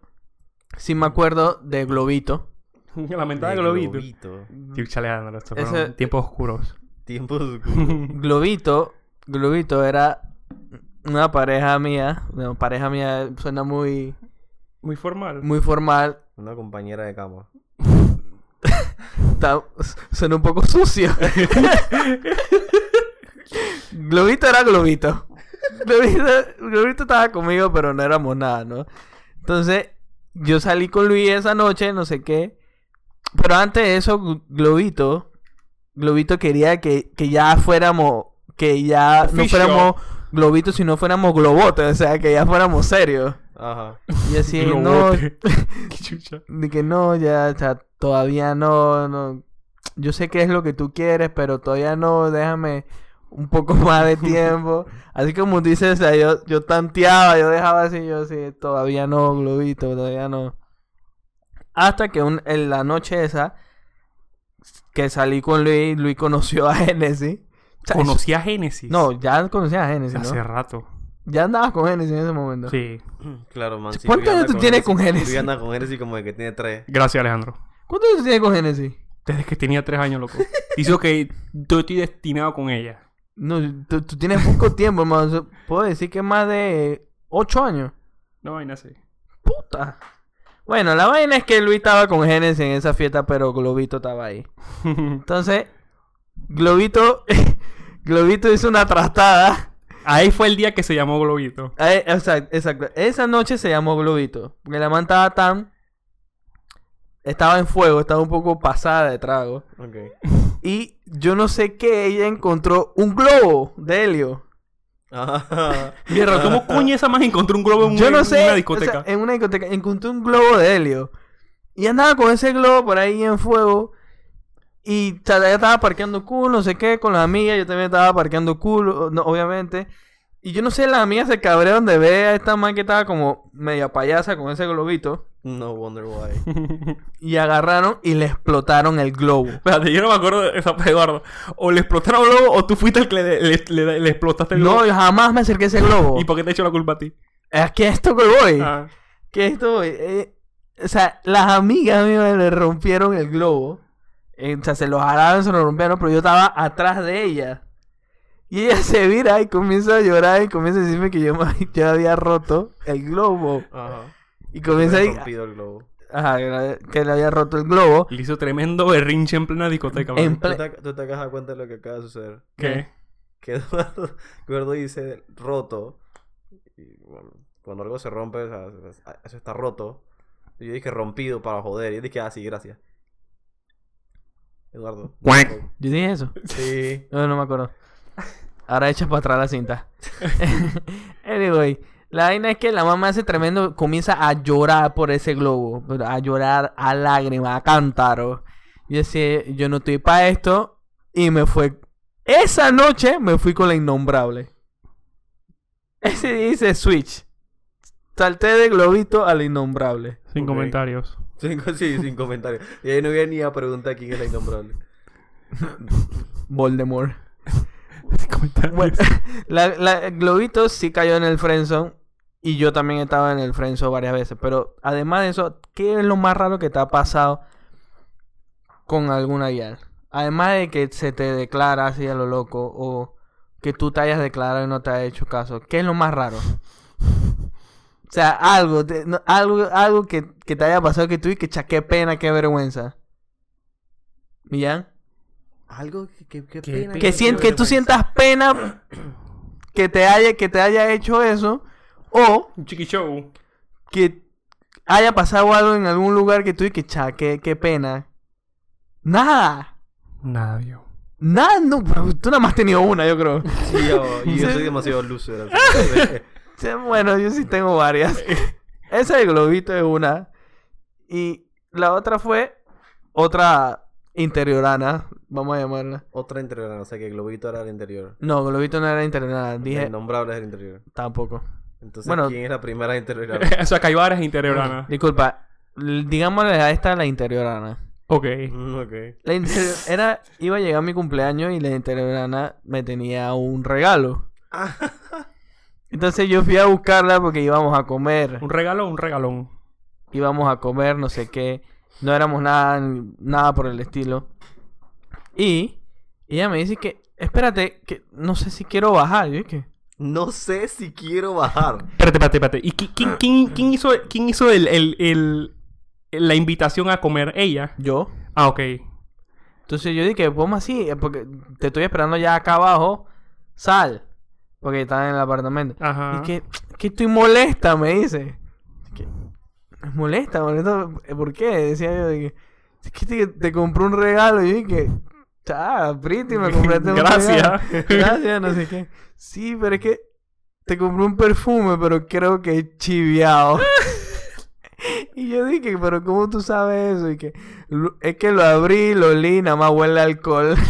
Speaker 2: sí me acuerdo de Globito.
Speaker 3: Lamentada
Speaker 1: De
Speaker 3: globito.
Speaker 1: globito.
Speaker 3: Chucha, Leandro, estos
Speaker 2: Ese-
Speaker 3: fueron tiempos oscuros.
Speaker 1: Tiempos oscuros.
Speaker 2: Globito, Globito era una pareja mía. Una pareja mía suena muy,
Speaker 3: Muy formal.
Speaker 2: muy formal.
Speaker 1: Una compañera de cama.
Speaker 2: Está- suena un poco sucio. Globito era Globito. Globito. Globito estaba conmigo, pero no éramos nada, ¿no? Entonces, yo salí con Luis esa noche, no sé qué. Pero antes de eso, Gl- Globito. Globito quería que, que ya fuéramos. Que ya no
Speaker 3: Official.
Speaker 2: fuéramos Globito, sino fuéramos Globotes. O sea, que ya fuéramos serios.
Speaker 1: Ajá.
Speaker 2: Y así, no,
Speaker 3: Globote. Qué chucha.
Speaker 2: de que no, ya, o sea, todavía no, no. Yo sé qué es lo que tú quieres, pero todavía no, déjame un poco más de tiempo. Así como dices, o sea, yo, yo tanteaba, yo dejaba así, yo sí, todavía no, globito, todavía no. Hasta que un- en la noche esa, que salí con Luis, Luis conoció a Genesis. O sea, eso-
Speaker 3: Conocí a Génesis.
Speaker 2: no, ya conocía a Genesis,
Speaker 3: hace
Speaker 2: ¿no?
Speaker 3: rato.
Speaker 2: Ya andabas con Genesis en ese momento.
Speaker 3: Sí.
Speaker 1: Claro, man. sí,
Speaker 2: ¿Cuántos
Speaker 1: Luis
Speaker 2: años
Speaker 1: anda
Speaker 2: tú tienes con Génesis?
Speaker 1: Luis anda con Génesis como de que tiene tres.
Speaker 3: Gracias, Alejandro.
Speaker 2: ¿Cuántos años tienes con Genesis?
Speaker 3: Desde que tenía tres años, loco. Dice que yo estoy destinado con ella.
Speaker 2: No, tú, tú tienes poco tiempo, hermano. Yo Puedo decir que más de ocho años.
Speaker 3: No, vaina así.
Speaker 2: Puta. Bueno, la vaina es que Luis estaba con Genesis en esa fiesta, pero Globito estaba ahí. Entonces, Globito, Globito hizo una trastada.
Speaker 3: Ahí fue el día que se llamó Globito.
Speaker 2: Eh, o sea, exacto. Esa noche se llamó Globito. Porque la man estaba tan. Estaba en fuego, estaba un poco pasada de trago.
Speaker 1: Ok.
Speaker 2: Y yo no sé qué, ella encontró un globo de helio.
Speaker 1: Ajá.
Speaker 3: Mierda, ¿cómo coño esa más encontró un globo en, un-
Speaker 2: Yo no sé.
Speaker 3: en una
Speaker 2: o
Speaker 3: discoteca?
Speaker 2: sea, en una discoteca. Encontré un globo de helio. Y andaba con ese globo por ahí en fuego. Y o sea, ella estaba parqueando cool, no sé qué, con las amigas. Yo también estaba parqueando cool, o- no, obviamente. Y yo no sé, las amigas se cabrearon de ver a esta man que estaba como media payasa con ese globito.
Speaker 1: No wonder why.
Speaker 3: eh.
Speaker 2: Y agarraron y le explotaron el globo.
Speaker 3: Espérate, yo no me acuerdo de esa Eduardo. O le explotaron el globo o tú fuiste el que le, le- le- le explotaste el Este globo.
Speaker 2: No, yo jamás me acerqué a ese globo.
Speaker 3: ¿Y por qué te echó la culpa a ti?
Speaker 2: Es que esto que voy.
Speaker 3: Ah.
Speaker 2: que esto, eh, o sea, las amigas mías le rompieron el globo. Eh, o sea, se lo jalaron, se lo rompieron, pero yo estaba atrás de ella. Y ella se vira y comienza a llorar y comienza a decirme que yo, me- yo había roto el globo.
Speaker 1: Ajá.
Speaker 2: Y comienza
Speaker 1: He
Speaker 2: a
Speaker 1: rompido el globo.
Speaker 2: ajá, que le- que le había roto el globo.
Speaker 3: Le hizo tremendo berrinche en plena discoteca.
Speaker 2: En
Speaker 3: man.
Speaker 1: ¿Tú
Speaker 2: Ple-
Speaker 1: te, ac- tú te acabas de dar cuenta de lo que acaba de suceder.
Speaker 3: ¿Qué?
Speaker 1: Que Eduardo, Eduardo dice roto. Y bueno, cuando algo se rompe, o sea, o sea, eso está roto. Y yo dije rompido para joder. Y yo dije, ah, sí, gracias. Eduardo.
Speaker 3: Cuac.
Speaker 2: Yo dije eso.
Speaker 1: Sí.
Speaker 2: No, no me acuerdo. Ahora echa para atrás la cinta. anyway, la vaina es que la mamá hace tremendo, comienza a llorar por ese globo, pero a llorar a lágrimas, a cántaro. Y decía, yo no estoy para esto. Y me fue. Esa noche me fui con la innombrable. Ese dice switch. Salté de globito a la innombrable.
Speaker 3: Sin
Speaker 1: Ok.
Speaker 3: comentarios.
Speaker 1: Sin, co- sí, sin comentarios. Y ahí no voy ni a preguntar quién es la innombrable.
Speaker 2: Voldemort.
Speaker 3: Sin comentarios.
Speaker 2: Bueno, la, la- Globito sí cayó en el friendzone y yo también estaba en el friendzone varias veces. Pero además de eso, ¿qué es lo más raro que te ha pasado con alguna guía? Además de que se te declara así a lo loco o que tú te hayas declarado y no te ha hecho caso, ¿qué es lo más raro? O sea, algo, te- no, algo, algo que, que te haya pasado que tú y que cha, qué pena, qué vergüenza. ¿Millán?
Speaker 1: Algo que, que, que
Speaker 3: Qué
Speaker 1: pena.
Speaker 3: pena.
Speaker 2: Que, sien- que tú sientas pena que te haya, que te haya hecho eso o
Speaker 3: Un chiqui show.
Speaker 2: que haya pasado algo en algún lugar que tú y que cha, qué, qué pena. Nada.
Speaker 3: Nada, viejo.
Speaker 2: Nada, no, pero tú nada más has tenido una, yo creo.
Speaker 1: Sí, yo, y yo soy demasiado lúcido. así
Speaker 2: Sí, Bueno, yo sí tengo varias. Esa del globito es una. Y la otra fue otra interiorana, vamos a llamarla.
Speaker 1: que- Otra interior, o sea que el globito era el interior.
Speaker 2: No, globito no era interiorana, dije
Speaker 1: El nombrable es el interior.
Speaker 2: tampoco.
Speaker 1: Entonces,
Speaker 2: Bueno.
Speaker 1: ¿quién es la primera interior?
Speaker 3: o sea, Caibar es interiorana.
Speaker 2: Disculpa, l- digámosle a esta la interiorana.
Speaker 3: ok.
Speaker 1: Mm, ok.
Speaker 2: La interior era, iba a llegar mi cumpleaños y la interiorana me tenía un regalo. Entonces yo fui a buscarla porque íbamos a comer.
Speaker 3: Un regalo, un regalón.
Speaker 2: íbamos a comer, no sé qué, no éramos nada, nada por el estilo. Y ella me dice que, espérate, que no sé si quiero bajar. Yo dije,
Speaker 1: No sé si quiero bajar.
Speaker 3: Espérate, espérate, espérate. ¿Y qui- quién, quién- quién hizo, quién hizo el, el- el- la invitación a comer? ¿Ella?
Speaker 2: yo.
Speaker 3: Ah, ok.
Speaker 2: Entonces yo dije, ¿cómo así? Eh, Porque te estoy esperando ya acá abajo, sal. Porque estaba en el apartamento.
Speaker 3: Ajá.
Speaker 2: Y que, que estoy molesta, me dice. Que, molesta, molesta. eh, ¿Por qué? Decía yo, de que, es que te, te compré un regalo. Y yo dije, chá, Pretty, me compraste un regalo.
Speaker 3: Gracias.
Speaker 2: Gracias, no sé qué. Sí, pero es que te compré un perfume, pero creo que es chiviado. y yo dije, pero ¿cómo tú sabes eso? Y que, "Lo- es que lo abrí, lo olí, nada más huele a alcohol.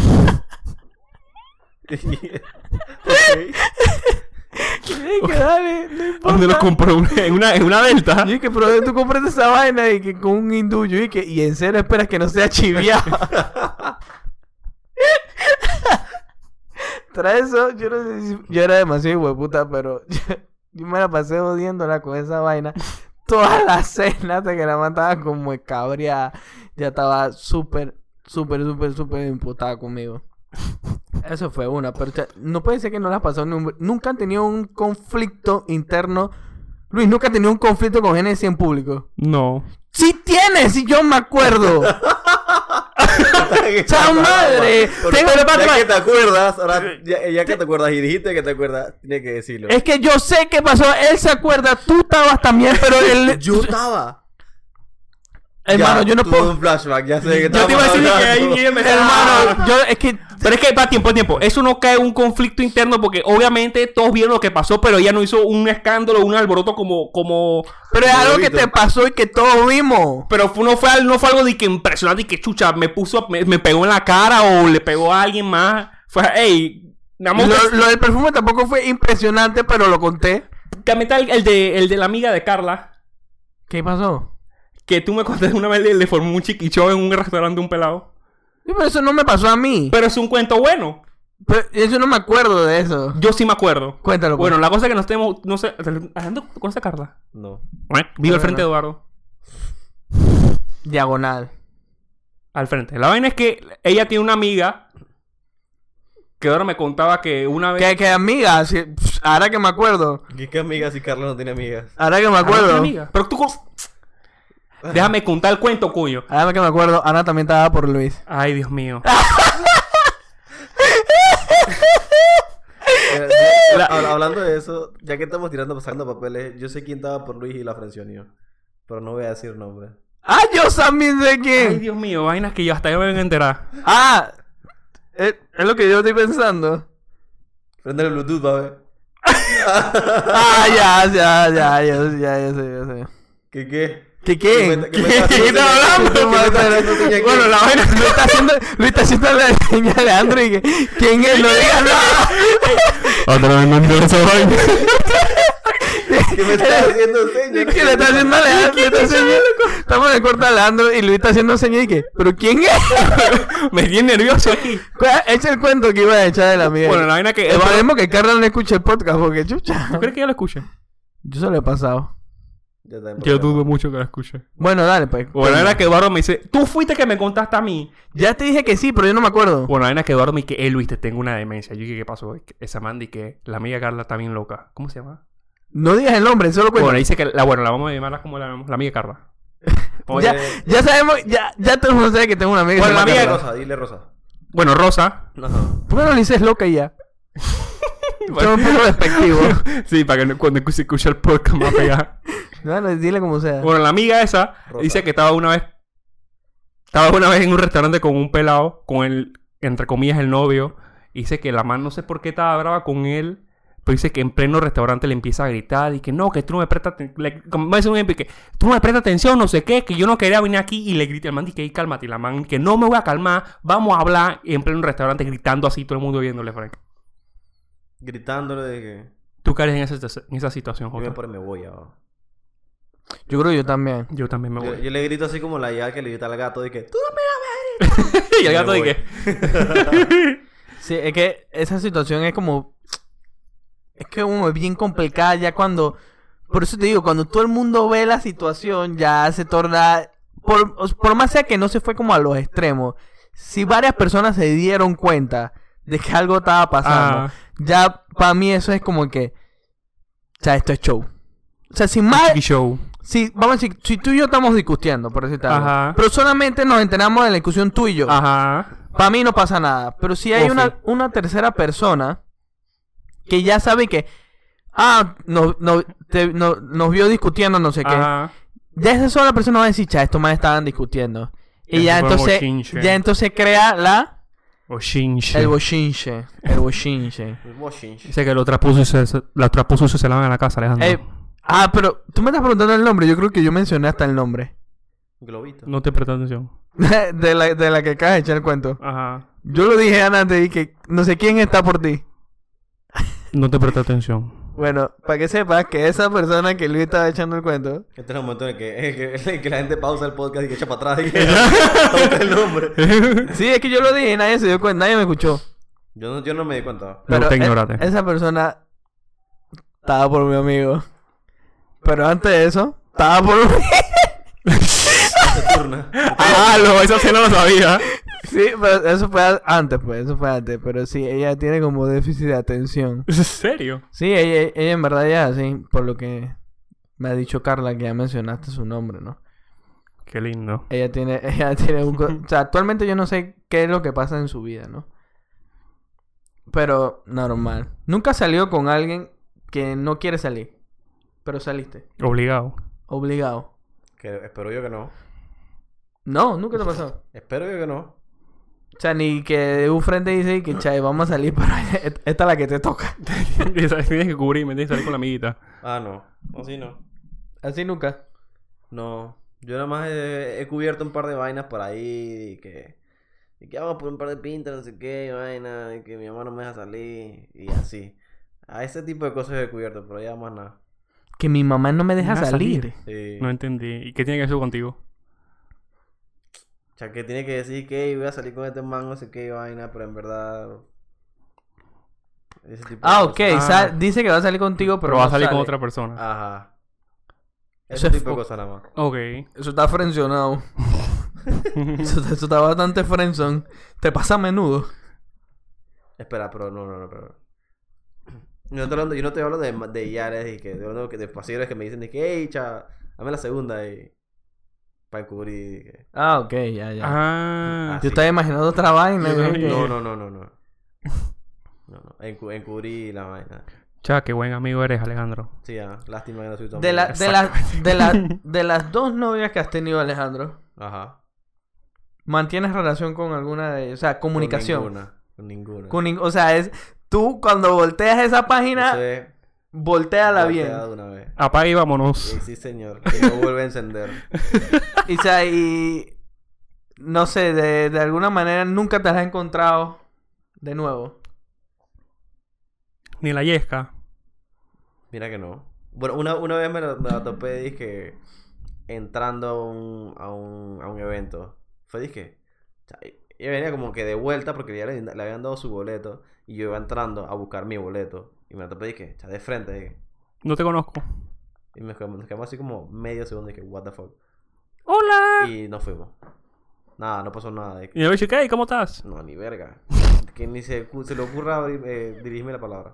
Speaker 1: Ok.
Speaker 2: y yo dije, dale, no importa.
Speaker 3: ¿Dónde lo compró? ¿En una, en una delta?
Speaker 2: Y que pero tú compraste esa vaina y que con un hindú. Yo dije, y en serio esperas que no sea chiviado. Tras eso, yo no sé si- Yo era demasiado hueputa, pero yo, yo me la pasé odiándola con esa vaina. Toda la cena hasta que la mataba como cabreada. Ya estaba súper, súper, súper, súper imputada conmigo. Eso fue una, pero o sea, no puede ser que no la pasó. nun- Nunca han tenido un conflicto interno. Luis, nunca ha tenido un conflicto con Genesis en público.
Speaker 3: No.
Speaker 2: ¡Sí tienes! Si yo me acuerdo. ¡Chao, madre!
Speaker 1: Porque
Speaker 2: Tengo-
Speaker 1: ya que te acuerdas, ahora, ya, ya que te acuerdas y dijiste que te acuerdas, tienes que decirlo.
Speaker 2: Es que yo sé qué pasó. Él se acuerda, tú estabas también, pero él.
Speaker 1: Yo estaba.
Speaker 2: hermano,
Speaker 1: Ya,
Speaker 2: yo no
Speaker 1: tuve
Speaker 2: puedo.
Speaker 1: un flashback, ya sé que
Speaker 3: Yo te iba a decir que ahí
Speaker 1: hablando.
Speaker 3: viene me-
Speaker 2: Hermano, yo es que.
Speaker 3: Pero es que va tiempo, tiempo. Eso no cae en un conflicto interno porque obviamente todos vieron lo que pasó, pero ella no hizo un escándalo, un alboroto como, como.
Speaker 2: Pero es algo que
Speaker 1: Huevito.
Speaker 2: te pasó y que todos vimos.
Speaker 3: Pero fue- no fue, al- no fue algo de que impresionante y que chucha, me puso, me, me pegó en la cara o le pegó a alguien más. Fue, hey, nada más
Speaker 2: Lo, lo del perfume tampoco fue impresionante, pero lo conté.
Speaker 3: también está el, el de, el de la amiga de Carla.
Speaker 2: ¿Qué pasó?
Speaker 3: Que tú me contaste una vez le, le formó un chiquicho en un restaurante de un pelado.
Speaker 2: Sí, pero eso no me pasó a mí.
Speaker 3: Pero es un cuento bueno.
Speaker 2: Pero eso no me acuerdo de eso.
Speaker 3: Yo sí me acuerdo.
Speaker 2: Cuéntalo. pues.
Speaker 3: Bueno, la cosa es que nos tenemos. No sé. ¿Alejandro conoce a Carla?
Speaker 1: No.
Speaker 3: Vive
Speaker 2: Bueno.
Speaker 3: al frente de Eduardo.
Speaker 2: pues. diagonal.
Speaker 3: al frente. La vaina es que ella tiene una amiga que ahora me contaba que una vez.
Speaker 2: Que, que amiga, si- pss, ahora que me acuerdo.
Speaker 1: ¿Qué, qué amigas si Carlos no tiene amigas?
Speaker 2: Ahora que me
Speaker 3: Ah, no, tiene
Speaker 2: acuerdo.
Speaker 3: amiga. Pero tú. con- Déjame contar el cuento, cuño.
Speaker 2: Ahora que me acuerdo, Ana también estaba por Luis.
Speaker 3: Ay, Dios mío.
Speaker 1: Eh, ya-
Speaker 3: La-
Speaker 1: hab- Hablando de eso, ya que estamos tirando, pasando papeles, yo sé quién estaba por Luis y la Francionió. Pero no voy a decir nombre.
Speaker 2: ¡Ah, yo también sé
Speaker 3: Ay,
Speaker 2: quién!
Speaker 3: Dios mío, vainas que yo hasta yo me vengo a enterar.
Speaker 2: ¡Ah! Es, es lo que yo estoy pensando.
Speaker 1: Prende el Bluetooth, va a ver.
Speaker 2: ¡Ah, ya, ya, ya, ya, ya, ya sé, ya sé!
Speaker 1: ¿Qué qué? ¿Qué
Speaker 2: ¿Qué qué?
Speaker 1: cuenta- qué
Speaker 2: ¿Qué
Speaker 1: cuenta-
Speaker 2: qué está
Speaker 1: qué cuenta-
Speaker 2: hablando, madre?
Speaker 1: qué cuenta-
Speaker 2: Bueno, la vaina Luis está haciendo, Luis está haciendo la señal a Leandro y que ¿Quién es? No digas nada.
Speaker 3: Otra vez me enteré esa vaina.
Speaker 1: ¿Qué me estás haciendo
Speaker 2: Y
Speaker 1: señas?
Speaker 2: que le está haciendo a Leandro. le está haciendo- Estamos en el corte a Leandro y Luis está haciendo señal y que ¿Pero quién es?
Speaker 3: me tiene nervioso aquí.
Speaker 2: Cua- Echa el cuento que iba a echar de la amiga.
Speaker 3: Bueno, la vaina que. Eduardo-
Speaker 2: Esperemos que Carla no escuche el podcast porque chucha.
Speaker 3: ¿Tú crees que ella lo escuche?
Speaker 2: Yo se lo he pasado.
Speaker 1: Ya está en
Speaker 3: Yo
Speaker 1: problema.
Speaker 3: dudo mucho que la escuche.
Speaker 2: Bueno, dale, pues.
Speaker 3: Bueno, la vaina que Eduardo me dice. Tú fuiste que me contaste a mí.
Speaker 2: Ya te dije que sí, pero yo no me acuerdo.
Speaker 3: Bueno, la vaina que Eduardo me dice. Eh, Luis, te tengo una demencia. Yo dije, ¿qué pasó? Esa mandi que la amiga Carla está bien loca. ¿Cómo se llama?
Speaker 2: No digas el nombre, solo cuenta.
Speaker 3: Bueno, dice que la, bueno, la vamos a llamarla como la llamamos, la amiga Carla.
Speaker 1: Oye,
Speaker 2: ya, ya sabemos, ya, ya todo el mundo sabe que tengo una amiga.
Speaker 3: Bueno,
Speaker 2: que se llama
Speaker 3: la
Speaker 1: dile
Speaker 3: mía-
Speaker 2: Carla.
Speaker 1: Rosa, dile Rosa.
Speaker 3: Bueno, Rosa.
Speaker 1: No.
Speaker 2: ¿Por qué no le dices loca y ya? Son un poco despectivos.
Speaker 3: Sí, para que no- cuando se escuche el podcast me va a pegar.
Speaker 2: Bueno, dile como sea.
Speaker 3: Bueno, la amiga esa
Speaker 1: Rota.
Speaker 3: dice que estaba una vez. Estaba una vez en un restaurante con un pelado, con el, entre comillas, el novio. Y dice que la man no sé por qué estaba brava con él. Pero dice que en pleno restaurante le empieza a gritar y que no, que tú no me prestas atención. Me dice un ejemplo que tú no me prestas atención, no sé qué, que yo no quería venir aquí. Y le grita el man, dice que "Ey, cálmate. Y la man, que no me voy a calmar, vamos a hablar. Y en pleno restaurante gritando así, todo el mundo viéndole, Frank.
Speaker 1: Gritándole de que.
Speaker 3: ¿Tú qué harías en esa, situa- en esa situación,
Speaker 1: Yo me,
Speaker 3: Jota?
Speaker 1: paro y me voy ahora.
Speaker 2: Yo creo que yo también.
Speaker 3: Yo también me
Speaker 1: Yo,
Speaker 3: voy.
Speaker 1: yo le grito así como la idea que le grita al gato de que. ¡Tú no
Speaker 3: y el gato
Speaker 1: Me voy.
Speaker 3: dice,
Speaker 2: Sí, es que esa situación es como. Es que como es bien complicada ya cuando. Por eso te digo, cuando todo el mundo ve la situación, ya se torna. Por, os- por más sea que no se fue como a los extremos, si varias personas se dieron cuenta de que algo estaba pasando,
Speaker 3: Ah.
Speaker 2: ya para mí eso es como que. O sea, esto es show. O sea, si más.
Speaker 3: "Chiqui show.
Speaker 2: Si, vamos a decir, si tú y yo estamos discutiendo, por decirte algo,
Speaker 3: Ajá.
Speaker 2: pero solamente nos enteramos de la discusión tú y yo.
Speaker 3: Ajá.
Speaker 2: Para mí no pasa nada. Pero si hay
Speaker 3: Ofi.
Speaker 2: una, una tercera persona que ya sabe que. Ah, no, no, te- no- nos vio discutiendo, no sé qué.
Speaker 3: Ajá.
Speaker 2: Ya esa sola persona va a decir, cha, estos más estaban discutiendo. Y ya
Speaker 3: Ya se fue el
Speaker 2: entonces.
Speaker 3: bochinche.
Speaker 2: Ya entonces crea la.
Speaker 3: O Shinji.
Speaker 2: El bochinche. El bochinche.
Speaker 1: me washing.
Speaker 3: Dice que lo trapuso y se, se- la trapuso y se lavan en la casa, Alejandro.
Speaker 2: Ey, ah, pero tú me estás preguntando el nombre. Yo creo que yo mencioné hasta el nombre.
Speaker 1: Globito.
Speaker 3: No te presta atención.
Speaker 2: de, la, de la que acabas de echar el cuento.
Speaker 3: Ajá.
Speaker 2: Yo lo dije antes y que no sé quién está por ti.
Speaker 3: No te presta atención.
Speaker 2: Bueno, para que sepas que esa persona que Luis estaba echando el cuento.
Speaker 1: Este es el momento en el que, en el que- en el que la gente pausa el podcast y que echa para atrás y que toca el nombre.
Speaker 2: Sí, es que yo lo dije y nadie se dio cuenta, nadie me escuchó.
Speaker 1: Yo no, yo no me di cuenta.
Speaker 2: Pero
Speaker 3: te
Speaker 2: e-
Speaker 3: ignoraste.
Speaker 2: esa persona estaba por mi amigo. Pero antes de eso, estaba por mí.
Speaker 1: Se Este turna.
Speaker 3: ah, lo, eso sí no lo sabía.
Speaker 2: Sí, pero eso fue a- antes, pues, eso fue antes. Pero sí, ella tiene como déficit de atención.
Speaker 3: ¿En serio?
Speaker 2: Sí, ella, ella en verdad ya, sí, por lo que me ha dicho Carla, que ya mencionaste su nombre, ¿no?
Speaker 3: Qué lindo.
Speaker 2: Ella tiene, ella tiene un... co- o sea, actualmente yo no sé qué es lo que pasa en su vida, ¿no? Pero normal. Nunca salió con alguien que no quiere salir. Pero saliste.
Speaker 3: Obligado.
Speaker 2: Obligado.
Speaker 1: Que espero yo que no.
Speaker 2: No, nunca te pasó.
Speaker 1: Espero yo que no.
Speaker 2: O sea, ni que de un frente dice que, chay, vamos a salir, pero et- esta es la que te toca.
Speaker 3: Tienes que cubrirme, tienes que salir con la amiguita.
Speaker 1: Ah, no. No, sí, no.
Speaker 2: Así nunca.
Speaker 1: No. Yo nada más he, he cubierto un par de vainas por ahí y que. Y que hago por un par de pintas, no sé qué, y vaina, y que mi mamá no me deja salir, y así. A ese tipo de cosas he cubierto, pero ya más nada.
Speaker 2: Que mi mamá no me deja
Speaker 3: Deja
Speaker 2: salir.
Speaker 3: salir.
Speaker 1: Sí.
Speaker 3: No entendí. ¿Y qué tiene que ver eso contigo?
Speaker 1: O sea, que tiene que decir que "Ey, voy a salir con este man, no sé qué, vaina, pero en verdad. Ese tipo de
Speaker 2: Ah, ok.
Speaker 1: cosas. Ah,
Speaker 2: sa- dice que va a salir contigo, pero,
Speaker 3: Pero va a
Speaker 2: no
Speaker 3: salir con
Speaker 2: sale. Ah.
Speaker 3: otra persona.
Speaker 1: Ajá. Ese
Speaker 2: Eso es
Speaker 1: tipo de
Speaker 2: fu-
Speaker 1: cosas nada más.
Speaker 3: Ok.
Speaker 2: Eso está frencionado. eso, está- eso está bastante frenzón. Te pasa a menudo.
Speaker 1: Espera, pero no, no, no, pero. Yo no estoy hablando, yo no estoy hablando de, ma- de Yares y que de, hablando que de paseros que me dicen de que, hey, cha, dame la segunda y. Para cubrir. y que-
Speaker 2: Ah, ok, ya, ya.
Speaker 3: Ah.
Speaker 2: Yo
Speaker 1: sí.
Speaker 2: estaba imaginando otra vaina.
Speaker 3: Yo
Speaker 2: ¿no?
Speaker 3: también.
Speaker 2: Que-
Speaker 1: No, no, no, no, no. No, no. En, cu- en cubrir la vaina.
Speaker 3: Cha, qué buen amigo eres, Alejandro.
Speaker 1: Sí, ya. Lástima que no soy tu
Speaker 2: De, la,
Speaker 1: amigo.
Speaker 2: de, la- de, la- de las dos novias que has tenido, Alejandro,
Speaker 1: Ajá.
Speaker 2: ¿mantienes relación con alguna de ellas? O sea,
Speaker 1: Con
Speaker 2: comunicación.
Speaker 1: ninguna. Con ninguna.
Speaker 2: Con nin- o sea, es tú cuando volteas esa página,
Speaker 1: Entonces,
Speaker 2: volteala bien.
Speaker 1: volteada de una vez.
Speaker 3: Apaga y vámonos.
Speaker 1: Sí, sí, señor. Que no vuelve a encender.
Speaker 2: Y, o sea, y no sé, de, de alguna manera nunca te las has encontrado de nuevo.
Speaker 3: Ni la yesca.
Speaker 1: Mira que no. Bueno, una, una vez me la, me la topé, dije, entrando a un, a un, a un evento. Fue, dije, o sea, ella venía como que de vuelta porque ya le, le habían dado su boleto y yo iba entrando a buscar mi boleto. Y me la topé, dije, o sea, de frente, dije.
Speaker 3: No te conozco.
Speaker 1: Y me quedamos, nos quedamos así como medio segundo, dije, what the fuck.
Speaker 3: ¡Hola!
Speaker 1: Y nos fuimos. Nada, no pasó nada. dije,
Speaker 3: Y yo le dije, "Hey, ¿Cómo estás?
Speaker 1: no, ni verga. Que ni se, se le ocurra abrir- eh, dirigirme la palabra.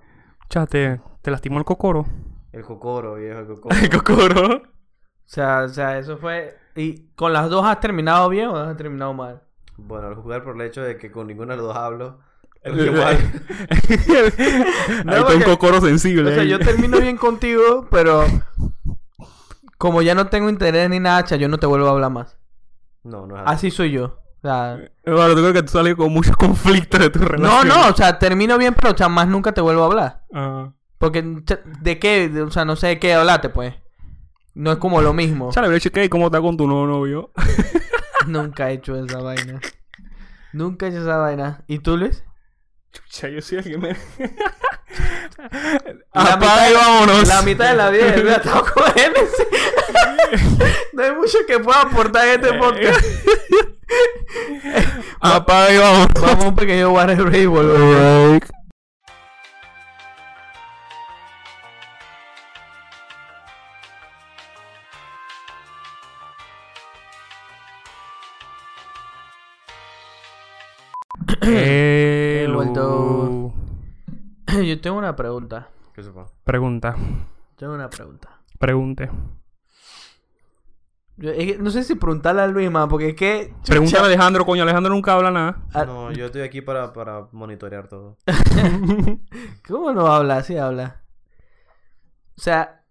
Speaker 3: Cha, te, te lastimó el cocoro.
Speaker 1: El cocoro, viejo, el cocoro.
Speaker 3: cocoro.
Speaker 2: O sea, o sea, eso fue... ¿Y con las dos has terminado bien o has terminado mal?
Speaker 1: Bueno, al jugar por el hecho de que con ninguna de los dos hablo, Igual.
Speaker 2: No,
Speaker 3: Ahí está un
Speaker 2: porque-
Speaker 3: cocoro sensible.
Speaker 2: O sea,
Speaker 3: ahí.
Speaker 2: yo termino bien contigo, pero como ya no tengo interés ni nada, cha, yo no te vuelvo a hablar más.
Speaker 1: No, no es así.
Speaker 2: Así soy yo. O sea,
Speaker 3: Eduardo, tú creo que tú sales con muchos conflictos de tu
Speaker 2: no,
Speaker 3: relación.
Speaker 2: no, o sea, termino bien, pero cha, más nunca te vuelvo a hablar.
Speaker 3: Ah.
Speaker 2: Porque, cha, ¿de qué? De- O sea, no sé de qué hablarte, pues. No es como lo mismo.
Speaker 3: Chale, pero cheque cómo está con tu nuevo novio.
Speaker 2: Nunca he hecho esa vaina. Nunca he hecho esa vaina. ¿Y tú, Luis?
Speaker 3: Chucha, yo soy el que me.
Speaker 2: La
Speaker 3: Apaga y vámonos.
Speaker 2: La mitad de la vida he estado con él. sí. No hay mucho que pueda aportar en
Speaker 3: Eh.
Speaker 2: este podcast.
Speaker 3: Apaga y vámonos.
Speaker 2: Vamos a un pequeño water break y volvemos.
Speaker 3: Alright. Hello.
Speaker 2: vuelto. Yo tengo una pregunta.
Speaker 1: ¿Qué supongo?
Speaker 3: Pregunta.
Speaker 2: Tengo una pregunta.
Speaker 3: Pregunte.
Speaker 2: Yo- es que no sé si preguntarle a Luis más, porque es que. chucha,
Speaker 3: Pregúntale a Alejandro, coño. Alejandro nunca habla nada.
Speaker 2: Ah.
Speaker 1: No, yo estoy aquí para, para monitorear todo.
Speaker 2: ¿Cómo no habla? Sí habla. O sea,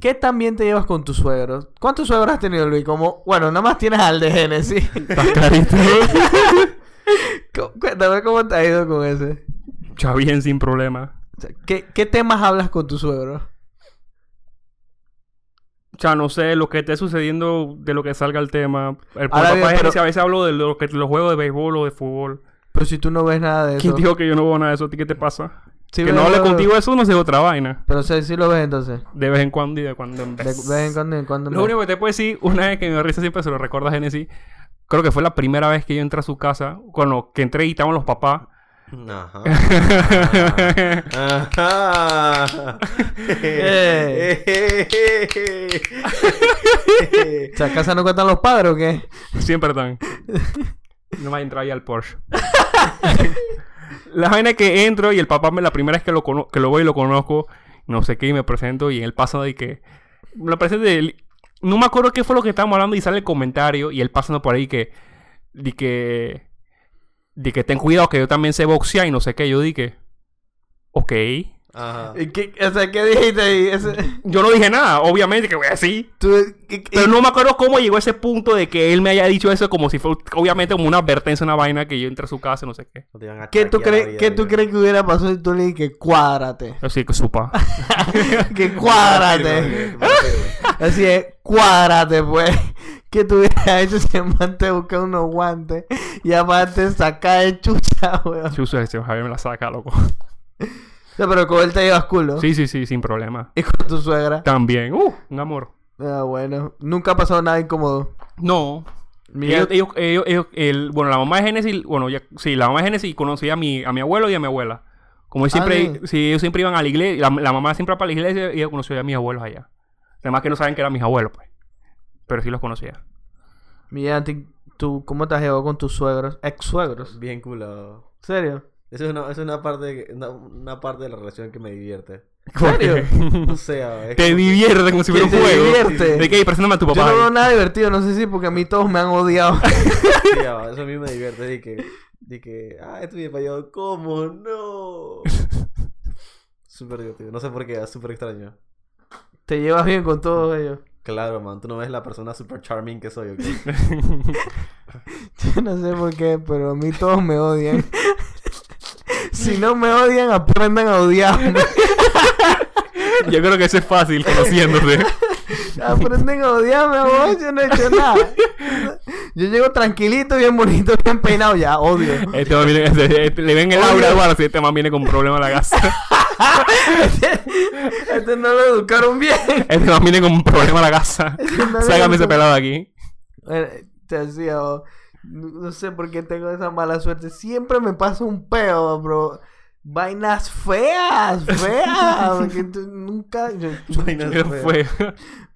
Speaker 2: ¿qué tan bien te llevas con tus suegros? ¿Cuántos suegros has tenido, Luis? Como, bueno, nada más tienes al de Genesis.
Speaker 3: Está clarito.
Speaker 2: Cu- Cuéntame cómo te ha ido con ese.
Speaker 3: Ya bien, sin problema.
Speaker 2: O sea, ¿qué, qué temas hablas con tu suegro?
Speaker 3: Ya no sé lo que esté sucediendo de lo que salga el tema. El
Speaker 2: Ahora
Speaker 3: papá
Speaker 2: bien,
Speaker 3: es
Speaker 2: pero-
Speaker 3: ese, a veces hablo de lo que, los juegos de béisbol o de fútbol.
Speaker 2: Pero si tú no ves nada de eso.
Speaker 3: ¿Quién dijo que yo no veo nada de eso? ¿A ti qué te pasa?
Speaker 2: Sí
Speaker 3: que
Speaker 2: ves
Speaker 3: no hable
Speaker 2: lo-
Speaker 3: contigo eso no sé otra vaina.
Speaker 2: Pero si sí lo ves entonces.
Speaker 3: De vez en cuando y de cuando en
Speaker 2: De
Speaker 3: vez.
Speaker 2: vez en cuando, en cuando.
Speaker 3: Pues, Lo único que te puedo decir, una vez que me risa siempre se lo recuerda a Genesis, creo que fue la primera vez que yo entré a su casa, cuando que entré y estaban los papás.
Speaker 1: Ajá.
Speaker 2: Ah.
Speaker 1: Ajá.
Speaker 2: Eh. O sea, ¿casa no cuentan los padres o qué?
Speaker 3: Siempre están. No me entrar ya al Porsche. la vaina es que entro y el papá me la primera vez que lo, cono- que lo voy y lo conozco, no sé qué, y me presento y en el paso de que... Me lo presento y él- No me acuerdo qué fue lo que estábamos hablando y sale el comentario y él pasando por ahí que... Di que... Di que ten cuidado que yo también sé boxear y no sé qué. Yo dije... Ok.
Speaker 1: Ajá.
Speaker 2: ¿Y qué- o sea, ¿qué dijiste ahí? Ese-
Speaker 3: Yo no dije nada, obviamente que voy a decir.
Speaker 2: tú- y- y-
Speaker 3: Pero no me acuerdo cómo llegó ese punto de que él me haya dicho eso como si fue obviamente como una advertencia, una vaina que yo entré a su casa, no sé qué.
Speaker 1: No te iban a
Speaker 2: ¿Qué tú,
Speaker 1: hackear la
Speaker 2: crees
Speaker 1: vida,
Speaker 2: ¿qué tú
Speaker 1: digo.
Speaker 2: crees que hubiera pasado si tú le dices que cuádrate?
Speaker 3: Así que supa.
Speaker 2: que
Speaker 1: Confirme,
Speaker 2: cuádrate.
Speaker 1: confirme.
Speaker 2: Así es, cuádrate, pues. ¿Qué tú hubieras hecho si además te busca unos guantes y aparte sacar el chucha, weón?
Speaker 3: Si uso ese, Javier me la saca, loco.
Speaker 2: O sea, pero con él te llevas culo.
Speaker 3: Sí, sí, sí, sin problema.
Speaker 2: Y con tu suegra.
Speaker 3: También, uh, un amor.
Speaker 2: Ah, bueno. Nunca ha pasado nada incómodo.
Speaker 3: No. Ellos,
Speaker 2: Miguel,
Speaker 3: ellos, ellos- ellos- el- bueno, la mamá de Génesis, bueno, ya, sí, la mamá de Génesis conocía a mi, a mi abuelo y a mi abuela. Como ellos
Speaker 2: Ah,
Speaker 3: siempre,
Speaker 2: sí.
Speaker 3: sí, ellos siempre iban a la iglesia, la, la mamá siempre iba para la iglesia y ella conoció a mis abuelos allá. Además que no saben que eran mis abuelos, pues. Pero sí los conocía.
Speaker 2: Miguel, a ti- ¿tú cómo te has llevado con tus suegros? Ex-suegros.
Speaker 1: Bien culo.
Speaker 2: ¿En serio?
Speaker 1: Eso es una, es una parte que- una, una parte de la relación que me divierte.
Speaker 2: ¿En serio?
Speaker 1: O sea, es
Speaker 3: Te
Speaker 1: como que-
Speaker 3: divierte como si fuera un
Speaker 2: Te
Speaker 3: juego.
Speaker 2: divierte.
Speaker 3: De que, "Ey, preséntame a tu papá.
Speaker 2: Yo no veo nada divertido, no sé si porque a mí todos me han odiado.
Speaker 1: Sí, ah, eso a mí me divierte. De que, de que ah, esto me fallado. ¿Cómo no? Súper divertido. No sé por qué, es súper extraño.
Speaker 2: Te llevas bien con todos ellos.
Speaker 1: Claro, man, tú no ves la persona súper charming que soy. ¿ok?
Speaker 2: Yo no sé por qué, pero a mí todos me odian. si no me odian, aprendan a odiarme.
Speaker 3: Yo creo que eso es fácil conociéndote.
Speaker 2: Aprenden a odiarme, vos, yo no he hecho nada. Yo llego tranquilito, bien bonito, bien peinado, ya, odio.
Speaker 3: Este man viene- este- este- le ven el aura
Speaker 2: Oye.
Speaker 3: Eduardo si este man viene con problema a la casa.
Speaker 2: Este no lo educaron bien.
Speaker 3: Este man viene con problema a la casa.
Speaker 2: man
Speaker 3: Sácame
Speaker 2: viene
Speaker 3: ese
Speaker 2: con-
Speaker 3: pelado de aquí.
Speaker 2: Bueno, Te decía, oh, no no sé por qué tengo esa mala suerte. Siempre me pasa un peo, bro. Vainas feas, feas. porque tú nunca. yo-
Speaker 1: Vainas
Speaker 3: Pero
Speaker 1: feas.
Speaker 3: fue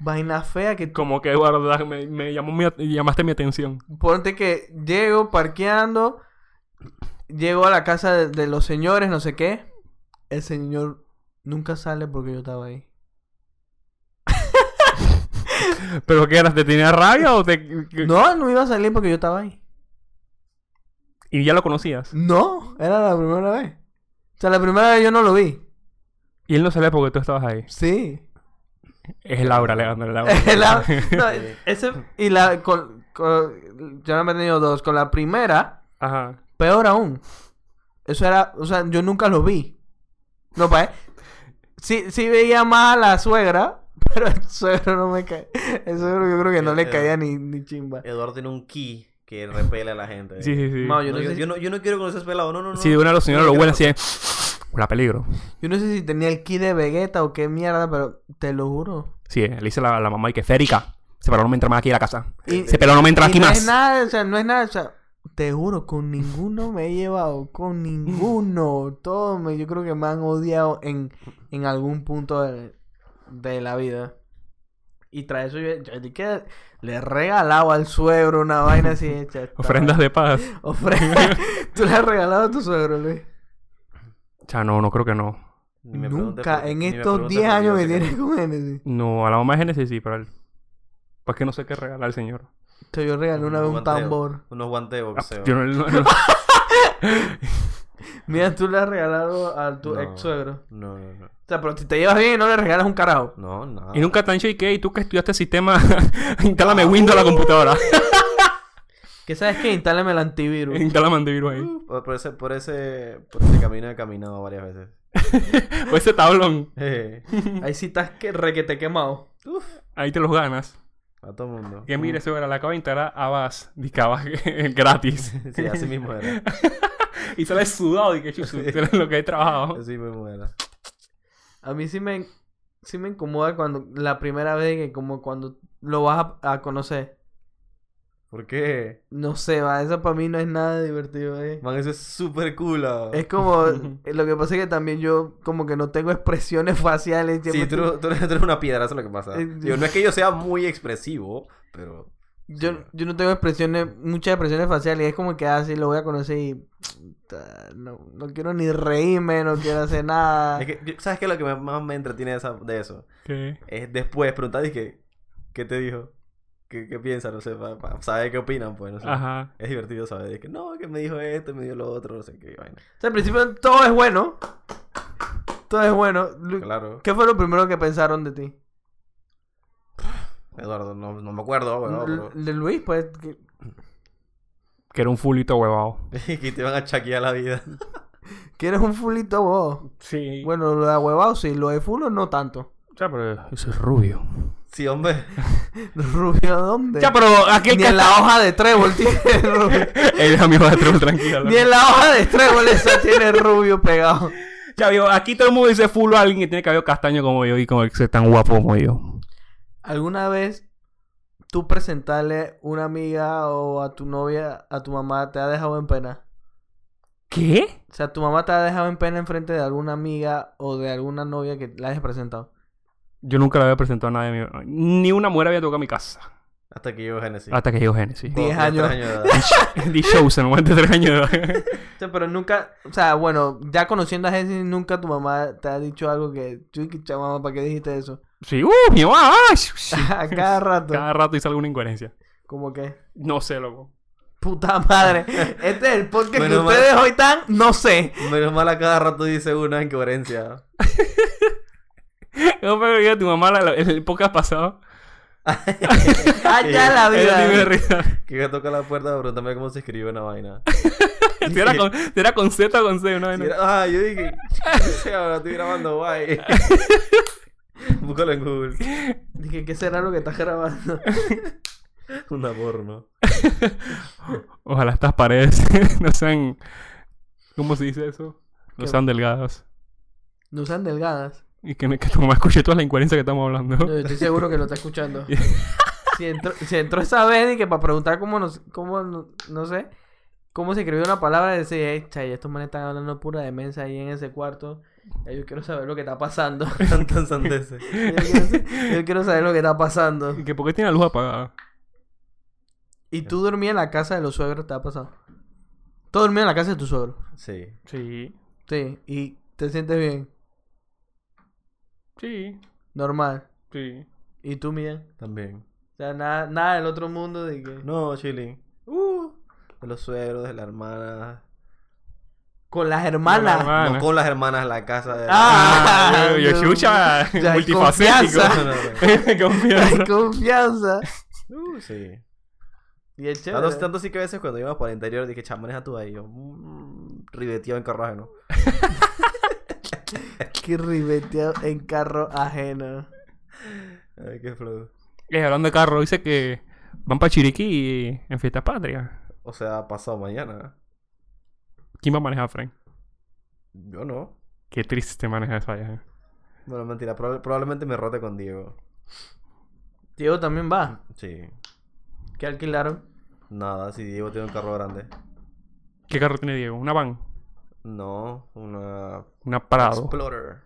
Speaker 2: vainas feas que
Speaker 3: como que Eduardo da- me, me llamó mi at- llamaste mi atención.
Speaker 2: Ponte que llego parqueando, llego a la casa de, de los señores, no sé qué. El señor nunca sale porque yo estaba ahí.
Speaker 3: ¿Pero qué eras? ¿Te tenía rabia o te.?
Speaker 2: No, no iba a salir porque yo estaba ahí.
Speaker 3: Y ya lo conocías.
Speaker 2: No, era la primera vez. O sea, la primera vez yo no lo vi.
Speaker 3: Y él no sabía porque tú estabas ahí.
Speaker 2: Sí.
Speaker 3: Es Laura, Alejandro, Laura.
Speaker 2: La- no, ese, y la. Con, con- yo no me he tenido dos. Con la primera,
Speaker 3: Ajá.
Speaker 2: peor aún. Eso era. O sea, yo nunca lo vi. No, pues. Sí, sí veía más a la suegra. Pero el suegro no me cae. El suegro yo creo que no le
Speaker 1: Eh,
Speaker 2: caía ni, ni chimba.
Speaker 1: Eduardo tiene un ki que repele a la gente.
Speaker 3: Sí, sí, sí.
Speaker 2: Mao,
Speaker 1: Yo no, yo,
Speaker 2: sé si-
Speaker 1: yo no, yo no quiero conocer ese pelado, no, no, no.
Speaker 3: Sí, de una de las señoras
Speaker 1: Yo
Speaker 3: lo
Speaker 1: no
Speaker 3: huele
Speaker 1: quiero
Speaker 3: así. de, Huele a peligro.
Speaker 2: Yo no sé si tenía el ki de Vegeta o qué mierda, pero te lo juro.
Speaker 3: Sí, le dice la, la mamá y que Férica. Ese pelado no me entra más aquí a la casa.
Speaker 2: Y-
Speaker 3: Ese pelado no me entra
Speaker 2: Y
Speaker 3: aquí
Speaker 2: no
Speaker 3: más.
Speaker 2: es nada, o sea, no es nada, o sea, te juro, con ninguno me he llevado, con ninguno. Todos me, yo creo que me han odiado en, en algún punto de, de la vida. Y tras eso yo, yo di que le he regalado al suegro una vaina así hecha. esta
Speaker 3: Ofrendas de paz.
Speaker 2: vaina. Ofrenda. Tú le has regalado a tu suegro, Luis.
Speaker 3: Cha, no, no creo que no.
Speaker 1: Ni me preguntes
Speaker 2: Nunca,
Speaker 1: por-
Speaker 2: en
Speaker 1: ni me
Speaker 2: estos
Speaker 1: preguntes
Speaker 2: 10
Speaker 1: por qué
Speaker 2: años
Speaker 1: yo
Speaker 2: que
Speaker 1: sé
Speaker 2: tienes con Genesis.
Speaker 3: No, a la mamá de Génesis sí, pero él. Pues que no sé qué regalar al señor.
Speaker 2: O sea, Yo regalé una vez un
Speaker 1: guantes de-
Speaker 2: tambor.
Speaker 1: Unos guantes de
Speaker 3: Ah,
Speaker 1: boxeo.
Speaker 3: Yo no, no- no-
Speaker 2: Mira, tú le has regalado a tu
Speaker 1: No.
Speaker 2: ex suegro.
Speaker 1: No, no, no.
Speaker 2: O sea, pero si te llevas bien y no le regalas un carajo.
Speaker 1: No, nada.
Speaker 3: Y nunca te han dicho, ¿y qué? ¿Y tú que estudiaste sistema?
Speaker 2: Ah,
Speaker 3: Instálame Windows
Speaker 2: uh.
Speaker 3: a la computadora.
Speaker 2: Que sabes que instálame el antivirus.
Speaker 3: Instálame antivirus ahí.
Speaker 1: Por, por ese, por, ese, por ese camino he caminado varias veces.
Speaker 3: O ese tablón.
Speaker 1: Eh,
Speaker 2: Ahí sí estás que requete quemado.
Speaker 3: Ahí te los ganas.
Speaker 1: a todo mundo.
Speaker 3: Que mire, eso era la acaba de instalar Avast. Dice Avast gratis.
Speaker 1: Sí, así mismo era.
Speaker 3: Y sale sudado y que chuzo. lo que he trabajado.
Speaker 1: Así mismo era.
Speaker 2: A mí sí me, sí me incomoda cuando la primera vez que como cuando lo vas a, a conocer.
Speaker 1: ¿Por qué?
Speaker 2: No sé, va, eso para mí no es nada divertido. eh.
Speaker 1: Man, eso es súper cool. ah.
Speaker 2: Es como, eh, lo que pasa es que también yo como que no tengo expresiones faciales.
Speaker 1: Sí,
Speaker 2: siempre
Speaker 1: tú,
Speaker 2: estoy-
Speaker 1: tú eres tú eres una piedra, eso es lo que pasa.
Speaker 2: Eh,
Speaker 1: Digo, no es que yo sea muy expresivo, pero...
Speaker 2: yo, yo no tengo expresiones, muchas expresiones faciales. Es como que así lo voy a conocer y... No, no quiero ni reírme, no quiero hacer nada.
Speaker 1: Es que, yo- ¿Sabes qué es lo que me- más me entretiene de, esa- de eso?
Speaker 3: ¿Qué?
Speaker 1: Es después preguntar, dije, ¿qué te dijo? ¿Qué, qué piensan? No sé, para saber qué opinan, pues, no sé.
Speaker 3: Ajá.
Speaker 1: Es divertido saber, dije, no, que me dijo esto, me dijo lo otro, no sé qué vaina.
Speaker 2: O sea, al principio todo es bueno. Todo es bueno. Lu-
Speaker 1: Claro,
Speaker 2: ¿Qué fue lo primero que pensaron de ti?
Speaker 1: Eduardo, no, no me acuerdo,
Speaker 2: L-
Speaker 1: weón.
Speaker 2: De Luis, pues. que-
Speaker 3: Que era un fulito huevado.
Speaker 1: que te van a chaquear la vida.
Speaker 2: Que eres un fulito vos.
Speaker 3: Sí. Bueno.
Speaker 2: Bueno, lo de huevado sí, lo de fulo no tanto.
Speaker 3: Ya, pero eso es rubio.
Speaker 1: Sí, hombre.
Speaker 2: Rubio, ¿dónde?
Speaker 3: Ya, pero aquel
Speaker 2: Ni
Speaker 3: que
Speaker 2: en la hoja de trébol tiene rubio.
Speaker 3: Eres amigo de Trébol, tranquilo.
Speaker 2: Ni en la hoja de trébol eso tiene rubio pegado.
Speaker 3: Ya, vio, aquí todo el mundo dice full a alguien que tiene cabello castaño como yo y como que sea tan guapo como yo.
Speaker 2: ¿Alguna vez tú presentarle una amiga o a tu novia, a tu mamá, te ha dejado en pena?
Speaker 3: ¿Qué?
Speaker 2: O sea, tu mamá te ha dejado en pena enfrente de alguna amiga o de alguna novia que la hayas presentado.
Speaker 3: Yo nunca le había presentado a nadie. a mi- Ni una mujer había tocado mi casa.
Speaker 1: Hasta que llegó Genesis. este
Speaker 3: Hasta que llegó Genesis.
Speaker 2: Diez años.
Speaker 3: The shows en 93 años de edad.
Speaker 2: O sea, pero nunca, o sea, bueno, ya conociendo a Jessie, nunca tu mamá te ha dicho algo que, chuy, cha, mamá, ¿para qué dijiste eso?
Speaker 3: Sí, uh, mi mamá. ah, sh- sh-
Speaker 2: a cada rato.
Speaker 3: Cada rato hice alguna incoherencia.
Speaker 2: Como que,
Speaker 3: No sé, loco.
Speaker 2: puta madre. Este es el podcast que
Speaker 1: Menos mal.
Speaker 2: ustedes hoy están, no sé.
Speaker 1: Menos mal a cada rato dice una incoherencia.
Speaker 3: Yo me veía a tu mamá la- la- en el podcast pasado.
Speaker 2: Allá la
Speaker 3: Ella sí me
Speaker 2: vida.
Speaker 3: risa.
Speaker 1: Que yo toca la puerta para preguntarme cómo se escribe una vaina.
Speaker 3: Si era con, si era con Z o con C, una vez.
Speaker 1: Si
Speaker 3: no.
Speaker 1: era- ah, yo dije, no sé, ahora estoy grabando, guay. Búscalo en Google.
Speaker 2: Dije, ¿qué será lo que estás grabando?
Speaker 1: Una porno.
Speaker 3: Ojalá estas paredes no sean. ¿Cómo se dice eso? No
Speaker 2: ¿Qué?
Speaker 3: sean delgadas.
Speaker 2: No sean delgadas.
Speaker 3: Y que, me- que tu mamá escuche toda la incoherencia que estamos
Speaker 2: No, yo
Speaker 3: hablando.
Speaker 2: estoy seguro que lo está escuchando. si, entró, si entró esa vez y que para preguntar cómo, nos, cómo no, no sé, cómo se escribió una palabra, decía, echa, y estos manes están hablando pura demencia ahí en ese cuarto. Ya yo quiero saber lo que está pasando.
Speaker 1: Tantas sandeces.
Speaker 2: yo, quiero, sa- yo quiero saber lo que está pasando.
Speaker 3: Y que por qué tiene la luz apagada.
Speaker 2: Y tú dormías en la casa de los suegros, te ha pasado. Tú dormías en la casa de tu suegro.
Speaker 1: Sí.
Speaker 3: Sí.
Speaker 2: Sí, y te sientes bien,
Speaker 3: Sí.
Speaker 2: normal.
Speaker 3: Sí.
Speaker 2: Y tú, Miguel.
Speaker 1: También.
Speaker 2: O sea, nada, nada del otro mundo de que...
Speaker 1: No, chilling. Uh, de los suegros, de la hermana.
Speaker 2: Con las hermanas.
Speaker 3: Con la hermana.
Speaker 1: No con las hermanas en la casa de
Speaker 2: Ah,
Speaker 3: Ah, yo, yo, chucha,
Speaker 2: Ya hay
Speaker 3: multifacético.
Speaker 1: No, no, no.
Speaker 3: Confianza.
Speaker 2: Ay, confianza.
Speaker 1: Uh, sí.
Speaker 2: Y es chévere.
Speaker 1: Tanto, tanto sí que a veces cuando íbamos por el interior dije, chá, maneja tú ahí. Yo, mm, ribeteado en carrógeno.
Speaker 2: Qué ribeteado en carro ajeno.
Speaker 1: Ay, qué flow.
Speaker 3: Eh, hablando de carro, dice que van para Chiriquí en fiesta patria.
Speaker 1: O sea, pasado mañana.
Speaker 3: ¿Quién va a manejar, Frank?
Speaker 1: Yo no.
Speaker 3: Qué triste manejar esa viaje.
Speaker 1: No, no, mentira. proba- probablemente me rote con Diego.
Speaker 2: Diego también va.
Speaker 1: Sí.
Speaker 2: ¿Qué alquilaron?
Speaker 1: Nada, si Diego tiene un carro grande.
Speaker 3: ¿Qué carro tiene Diego? ¿Una van?
Speaker 1: No, una
Speaker 3: ¿Una Prado?
Speaker 1: Explorer.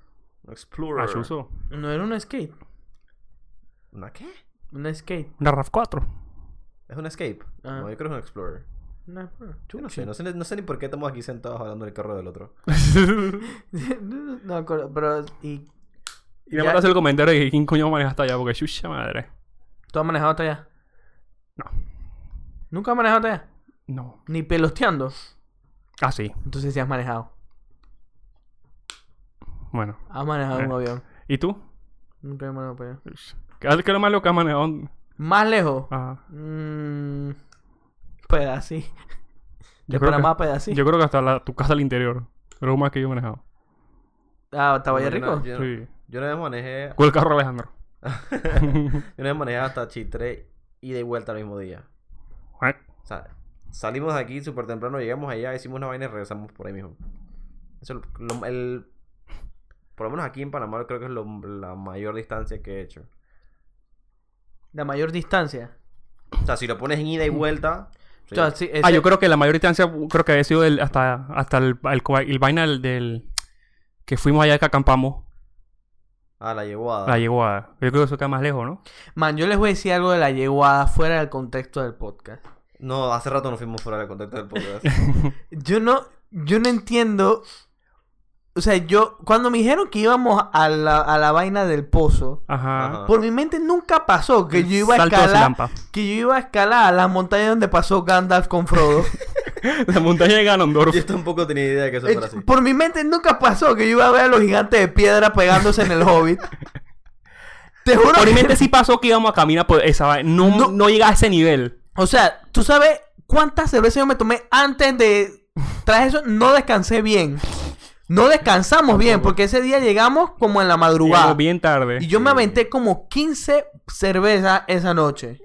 Speaker 1: Explorer.
Speaker 3: Ah, yo uso
Speaker 2: No era un skate.
Speaker 1: ¿Una qué?
Speaker 2: Un skate.
Speaker 3: ¿Una RAV4?
Speaker 1: Es un escape.
Speaker 2: Ah.
Speaker 1: No, yo creo que es un Explorer.
Speaker 2: Una-
Speaker 1: Yo no sé, no sé, ni- no sé ni por qué estamos aquí sentados hablando del carro del otro.
Speaker 2: no me acuerdo, pero. ¿Y
Speaker 3: y le
Speaker 2: Ya.
Speaker 3: mandas el comentario de que quién coño maneja hasta allá, porque chucha madre.
Speaker 2: tú has manejado hasta allá?
Speaker 3: No.
Speaker 2: ¿Nunca has manejado hasta allá?
Speaker 3: No.
Speaker 2: Ni peloteando.
Speaker 3: Ah, sí.
Speaker 2: Entonces sí has manejado.
Speaker 3: Bueno.
Speaker 2: Has manejado un
Speaker 3: Eh.
Speaker 2: avión.
Speaker 3: ¿Y tú?
Speaker 2: Nunca he manejado para allá.
Speaker 3: ¿Qué qué es lo más loco que has manejado?
Speaker 2: ¿Más lejos?
Speaker 3: Ah,
Speaker 2: Mmm. Pedací.
Speaker 3: yo,
Speaker 2: De
Speaker 3: creo
Speaker 2: Panamá a
Speaker 3: que,
Speaker 2: Pedací.
Speaker 3: yo creo que hasta la- tu casa al interior. Es lo más que yo he manejado.
Speaker 2: Ah, ¿hasta Valle
Speaker 1: Yo no-
Speaker 2: Rico?
Speaker 1: Yo,
Speaker 3: Sí.
Speaker 1: yo una vez manejé.
Speaker 3: ¿Cuál carro, Alejandro?
Speaker 1: Yo una vez manejé hasta Chitre y de vuelta al mismo día.
Speaker 3: What?
Speaker 1: O sea, salimos de aquí súper temprano, llegamos allá, hicimos una vaina y regresamos por ahí mismo. Eso es lo- lo- el, por lo menos aquí en Panamá creo que es lo- la mayor distancia que he hecho.
Speaker 2: La mayor distancia.
Speaker 1: O sea, si lo pones en ida y vuelta... sí.
Speaker 2: O sea, sí,
Speaker 3: Ah,
Speaker 2: ese-
Speaker 3: yo creo que la mayor distancia uh, creo que había sido el- hasta, hasta el, el, co- el vaina del, del- que fuimos allá que acampamos.
Speaker 1: Ah, la llevada.
Speaker 3: La llegó a. Yo creo que eso queda más lejos, ¿no?
Speaker 2: Man, yo les voy a decir algo de la yeguada fuera del contexto del podcast.
Speaker 1: No, hace rato nos fuimos fuera del contexto del podcast.
Speaker 2: Yo no, yo no entiendo. O sea, yo, cuando me dijeron que íbamos a la, a la vaina del pozo,
Speaker 3: Ajá.
Speaker 1: Ajá.
Speaker 2: por mi mente nunca pasó que yo iba a
Speaker 3: Ah. Salto de
Speaker 2: escalar.
Speaker 3: Silampa.
Speaker 2: Que yo iba a escalar a la montaña donde pasó Gandalf con Frodo.
Speaker 3: La montaña de Ganondorf.
Speaker 1: Yo tampoco tenía idea de que eso
Speaker 2: Eh,
Speaker 1: fuera así.
Speaker 2: Por mi mente nunca pasó que yo iba a ver a los gigantes de piedra pegándose en el hobbit. Te juro
Speaker 3: Por mi
Speaker 2: que-
Speaker 3: mente sí pasó que íbamos a caminar por esa vaina. No, no.
Speaker 2: No.
Speaker 3: llega a ese nivel.
Speaker 2: O sea, ¿tú sabes cuántas cervezas yo me tomé antes de traer eso? No descansé bien. No descansamos bien, porque ese día llegamos como en la madrugada.
Speaker 3: Llegamos bien tarde.
Speaker 2: Y yo me aventé como 15 cervezas esa noche.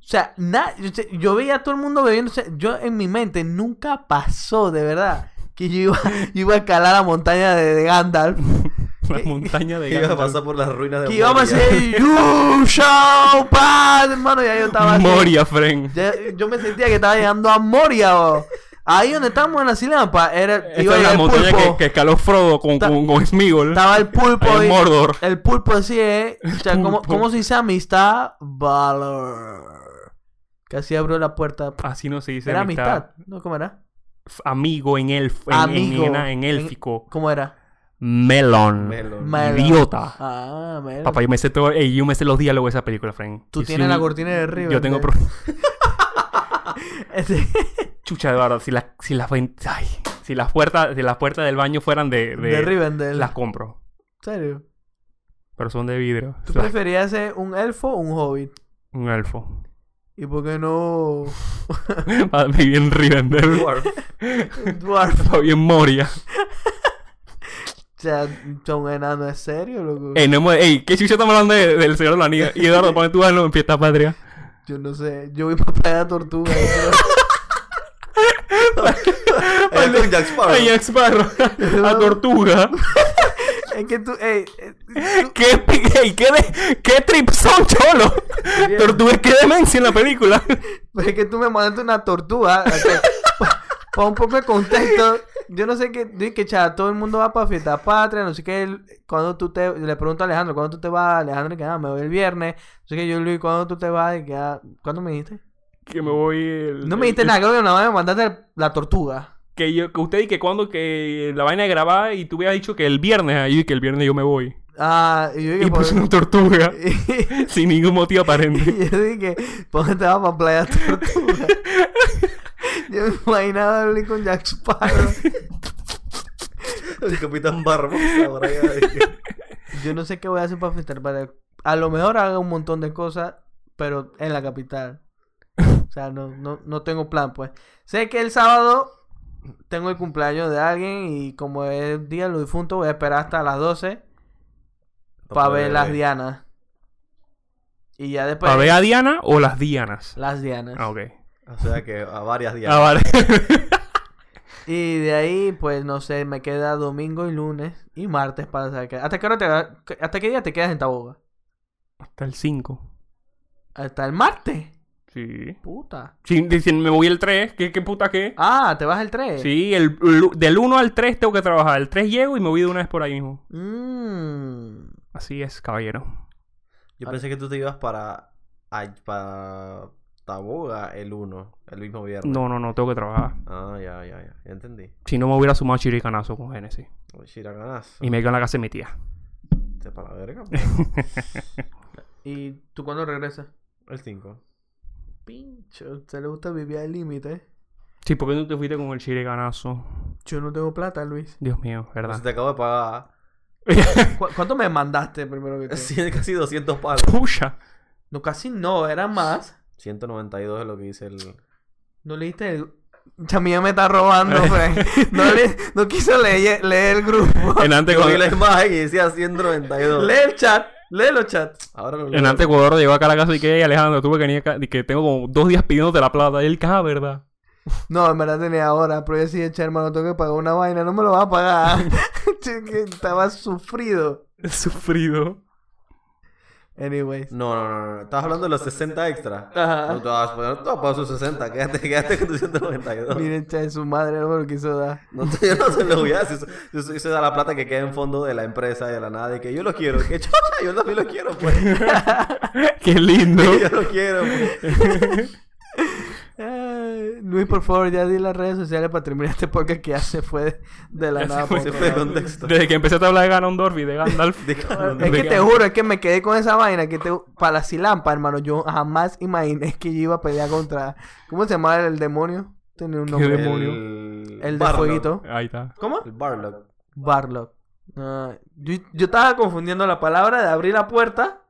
Speaker 2: O sea, na- yo, sé- yo veía a todo el mundo bebiendo. o sea, yo en mi mente nunca pasó, de verdad, que yo iba, yo iba a escalar la montaña de, de Gandalf.
Speaker 3: La montaña de
Speaker 1: Que ibas a
Speaker 3: Ganondorf.
Speaker 1: pasar por las ruinas de
Speaker 2: Que íbamos a
Speaker 1: Moria.
Speaker 2: hacer You shall pass", hermano. Ya yo estaba así.
Speaker 3: Moria, friend.
Speaker 2: Ya- yo me sentía que estaba llegando a Moria. o- Ahí donde estábamos en la silampa, era,
Speaker 3: Esa
Speaker 2: iba
Speaker 3: es la
Speaker 2: el
Speaker 3: montaña que,
Speaker 2: pulpo.
Speaker 3: que escaló Frodo con,
Speaker 2: Ta-
Speaker 3: con, con Sméagol.
Speaker 2: Estaba el pulpo.
Speaker 3: Ahí en
Speaker 2: y-
Speaker 3: Mordor.
Speaker 2: El pulpo así es. O sea, ¿cómo,
Speaker 3: Pulpo.
Speaker 2: cómo se dice amistad? Valor. Que así abrió la puerta.
Speaker 3: Así no se dice.
Speaker 2: Era amistad. ¿No? ¿Cómo era?
Speaker 3: F- Amigo en elf, en,
Speaker 2: Amigo.
Speaker 3: en, en-
Speaker 2: En-
Speaker 3: en élfico.
Speaker 2: ¿Cómo era?
Speaker 3: Melon.
Speaker 1: Melon.
Speaker 2: Ma- Melon.
Speaker 3: Idiota.
Speaker 2: Ah, mira.
Speaker 3: Papá, yo me sé todo, ey, yo me sé los diálogos de esa película, Frank.
Speaker 2: Tú
Speaker 3: Yo soy
Speaker 2: tienes
Speaker 3: un-
Speaker 2: la cortina de River.
Speaker 3: Yo tengo
Speaker 2: ¿eh?
Speaker 3: pro...
Speaker 2: Ese-
Speaker 3: chucha Eduardo, si las si las ven- ay, si las puertas, si las puertas del baño fueran de, de-
Speaker 2: de Rivendell.
Speaker 3: las compro,
Speaker 2: ¿En serio?
Speaker 3: pero son de vidrio.
Speaker 2: ¿Tú
Speaker 3: Las-
Speaker 2: preferías ser un elfo o un hobbit?
Speaker 3: un elfo.
Speaker 2: ¿Y por qué no
Speaker 3: Para vivir en Rivendell,
Speaker 1: Dwarf.
Speaker 2: un dwarf?
Speaker 3: para vivir en Moria.
Speaker 2: O sea, son enano, ¿es serio, loco?
Speaker 3: Ey, no hemos- ey, ¿qué chucha estamos hablando de- del señor de la niña? Y Eduardo, pone tu mano en fiesta patria.
Speaker 2: Yo no sé. Yo vi para Playa de Tortuga. ¿eh? yo creo.
Speaker 1: Era tú, Jack Sparrow.
Speaker 3: Ey, Jack Sparrow, la tortuga.
Speaker 2: es que tú... Ey, eh,
Speaker 3: ¿Qué, pi- ey, qué, de- qué trip son, cholo? Tortuga, qué demencia en la película.
Speaker 2: Pero es que tú me mandaste una tortuga. Para un poco de contexto, yo no sé qué. di que chá, todo el mundo va para fiesta patria, no sé qué. el- Cuando tú te. Le pregunto a Alejandro, ¿cuándo tú te vas? Alejandro, que ah, me voy el viernes. No sé qué, yo, Luis, ¿cuándo tú te vas? Y que ah, ¿Cuándo me dijiste?
Speaker 3: Que me voy el-
Speaker 2: No me dijiste
Speaker 3: el-
Speaker 2: nada, creo que nada más me mandaste la tortuga.
Speaker 3: que yo, que usted y que cuando que la vaina de grabar y tú hubieras dicho que el viernes ahí y que el viernes yo me voy.
Speaker 2: Ah, y yo dije.
Speaker 3: Y pues
Speaker 2: por-
Speaker 3: puse una tortuga
Speaker 2: y
Speaker 3: sin ningún motivo aparente.
Speaker 2: yo dije, ¿por qué te vas para playa tortuga? Yo me imaginaba a Lincoln Jack Sparrow.
Speaker 1: El capitán Barbosa por ahí.
Speaker 2: Yo no sé qué voy a hacer para fiestar. Para... A lo mejor haga un montón de cosas, pero en la capital. O sea, no, no, no tengo plan, pues. Sé que el sábado tengo el cumpleaños de alguien y como es día de los difuntos, voy a esperar hasta las 12 para ver las dianas. Y ya después...
Speaker 3: ¿Para ver a Diana o las Dianas?
Speaker 2: Las dianas.
Speaker 3: Ah, ok.
Speaker 1: O sea que a varias días.
Speaker 3: Ah, vale.
Speaker 2: Y de ahí, pues, no sé, me queda domingo y lunes y martes para saber qué. ¿Hasta qué, hora te, ¿Hasta qué día te quedas en Taboga?
Speaker 3: Hasta el 5.
Speaker 2: ¿Hasta el martes?
Speaker 3: Sí.
Speaker 2: Puta.
Speaker 3: Si, si me voy el 3, ¿qué, qué puta qué?
Speaker 2: Ah, ¿te vas el 3?
Speaker 3: Sí, el, el- del 1 al 3 tengo que trabajar. El 3 llego y me voy de una vez por ahí mismo.
Speaker 2: Mm.
Speaker 3: Así es, caballero.
Speaker 1: Yo pensé que tú te ibas para, ay- para Taboga el 1, el mismo viernes.
Speaker 3: No, no, no, tengo que trabajar.
Speaker 1: Ah, ya, ya, ya. Ya entendí.
Speaker 3: Si no, me hubiera sumado chiricanazo con Genesis.
Speaker 1: Uy, Shiraganazo.
Speaker 3: Y me quedo en la casa de mi tía.
Speaker 1: Te para la verga. pues.
Speaker 2: ¿Y tú cuándo regresas?
Speaker 1: El 5.
Speaker 2: Pincho, se le gusta vivir al límite.
Speaker 3: Sí, ¿por qué no te fuiste con el chiricanazo?
Speaker 2: Yo no tengo plata, Luis.
Speaker 3: Dios mío, ¿verdad?
Speaker 1: Se te acabo de pagar
Speaker 2: ¿Cu- ¿Cuánto me mandaste primero que tú?
Speaker 1: cien- casi 200 palos.
Speaker 3: Pucha.
Speaker 2: No, casi no, era más.
Speaker 1: 192 es lo que dice el.
Speaker 2: No leíste el... Chamilla me está robando, Frank. No, le- no quiso leer, leer el grupo.
Speaker 3: En antes
Speaker 1: Yo vi la imagen y decía 192.
Speaker 2: Lee el chat, lee los chats.
Speaker 1: Ahora lo
Speaker 3: En antes Ecuador llegó acá a la casa y que "Ey, Alejandro, tuve que venir acá y que tengo como dos días pidiéndote la plata. Y él caja, ¿verdad?
Speaker 2: No, en verdad tenía ahora, pero yo decía, che, hermano, tengo que pagar una vaina, no me lo va a pagar. Che, que estaba sufrido.
Speaker 3: Sufrido.
Speaker 2: Anyways.
Speaker 1: No, no, no, no. Estabas hablando de los 60 extra.
Speaker 3: Ah.
Speaker 2: Ajá.
Speaker 1: No te vas a poner, no te vas a pagar sus 60. Quédate, quédate con tus 192.
Speaker 2: Miren, che, su madre no me lo quiso dar.
Speaker 1: No, te- yo no se los voy a dar. Yo soy da la plata que queda en fondo de la empresa y de la nada. Y que yo los quiero. Que chucha, yo también los quiero, pues.
Speaker 3: Qué lindo.
Speaker 1: Yo los quiero, pues.
Speaker 2: Ay, Luis, por favor, ya di las redes sociales para terminar este podcast que ya se fue de, de la
Speaker 3: Ya
Speaker 2: nada.
Speaker 1: Se
Speaker 2: por
Speaker 1: fue de
Speaker 2: otro lado.
Speaker 1: contexto.
Speaker 3: Desde que empecé a hablar de Ganondorf y de Gandalf.
Speaker 1: De cabrón.
Speaker 2: Es que
Speaker 3: Venga.
Speaker 2: te juro, es que me quedé con esa vaina que te... Para la silampa, hermano, yo jamás imaginé que yo iba a pelear contra... ¿Cómo se llamaba el demonio? Tiene un nombre.
Speaker 3: demonio?
Speaker 1: El,
Speaker 2: El de
Speaker 1: Barlock.
Speaker 2: fueguito.
Speaker 3: Ahí está.
Speaker 2: ¿Cómo?
Speaker 1: El Barlock.
Speaker 2: Barlock. Ah, yo, yo estaba confundiendo la palabra de abrir la puerta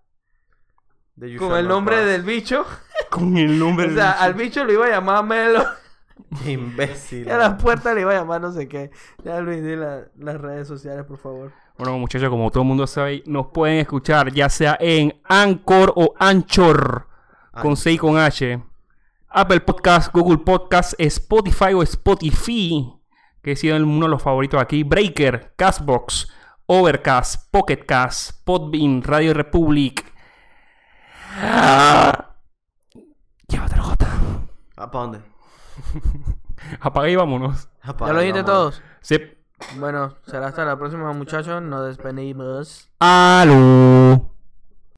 Speaker 1: de You
Speaker 2: con
Speaker 1: Shall
Speaker 2: el
Speaker 1: Not
Speaker 2: nombre
Speaker 1: Pass.
Speaker 2: del bicho.
Speaker 3: Con el nombre
Speaker 2: O sea,
Speaker 3: del-
Speaker 2: al bicho le iba a llamar Melo y
Speaker 1: Imbécil.
Speaker 2: a la puerta le iba a llamar no sé qué. Ya, Luis, di la- las redes sociales, por favor.
Speaker 3: Bueno, muchachos, como todo el mundo sabe, nos pueden escuchar ya sea en Anchor o Anchor. Con C y con H. Apple Podcast, Google Podcast, Spotify o Spotify, que ha sido uno de los favoritos aquí. Breaker, Castbox, Overcast, Pocketcast, Podbean, Radio Republic. Llévatelo, Jota.
Speaker 1: ¿A pa' dónde?
Speaker 3: Apaga y vámonos.
Speaker 1: Ah, pa'
Speaker 2: ¿Ya lo
Speaker 1: ahí,
Speaker 2: dijiste
Speaker 1: vámonos.
Speaker 2: todos?
Speaker 3: Sí.
Speaker 2: Bueno, será hasta la próxima, muchachos. Nos despedimos.
Speaker 3: Aló.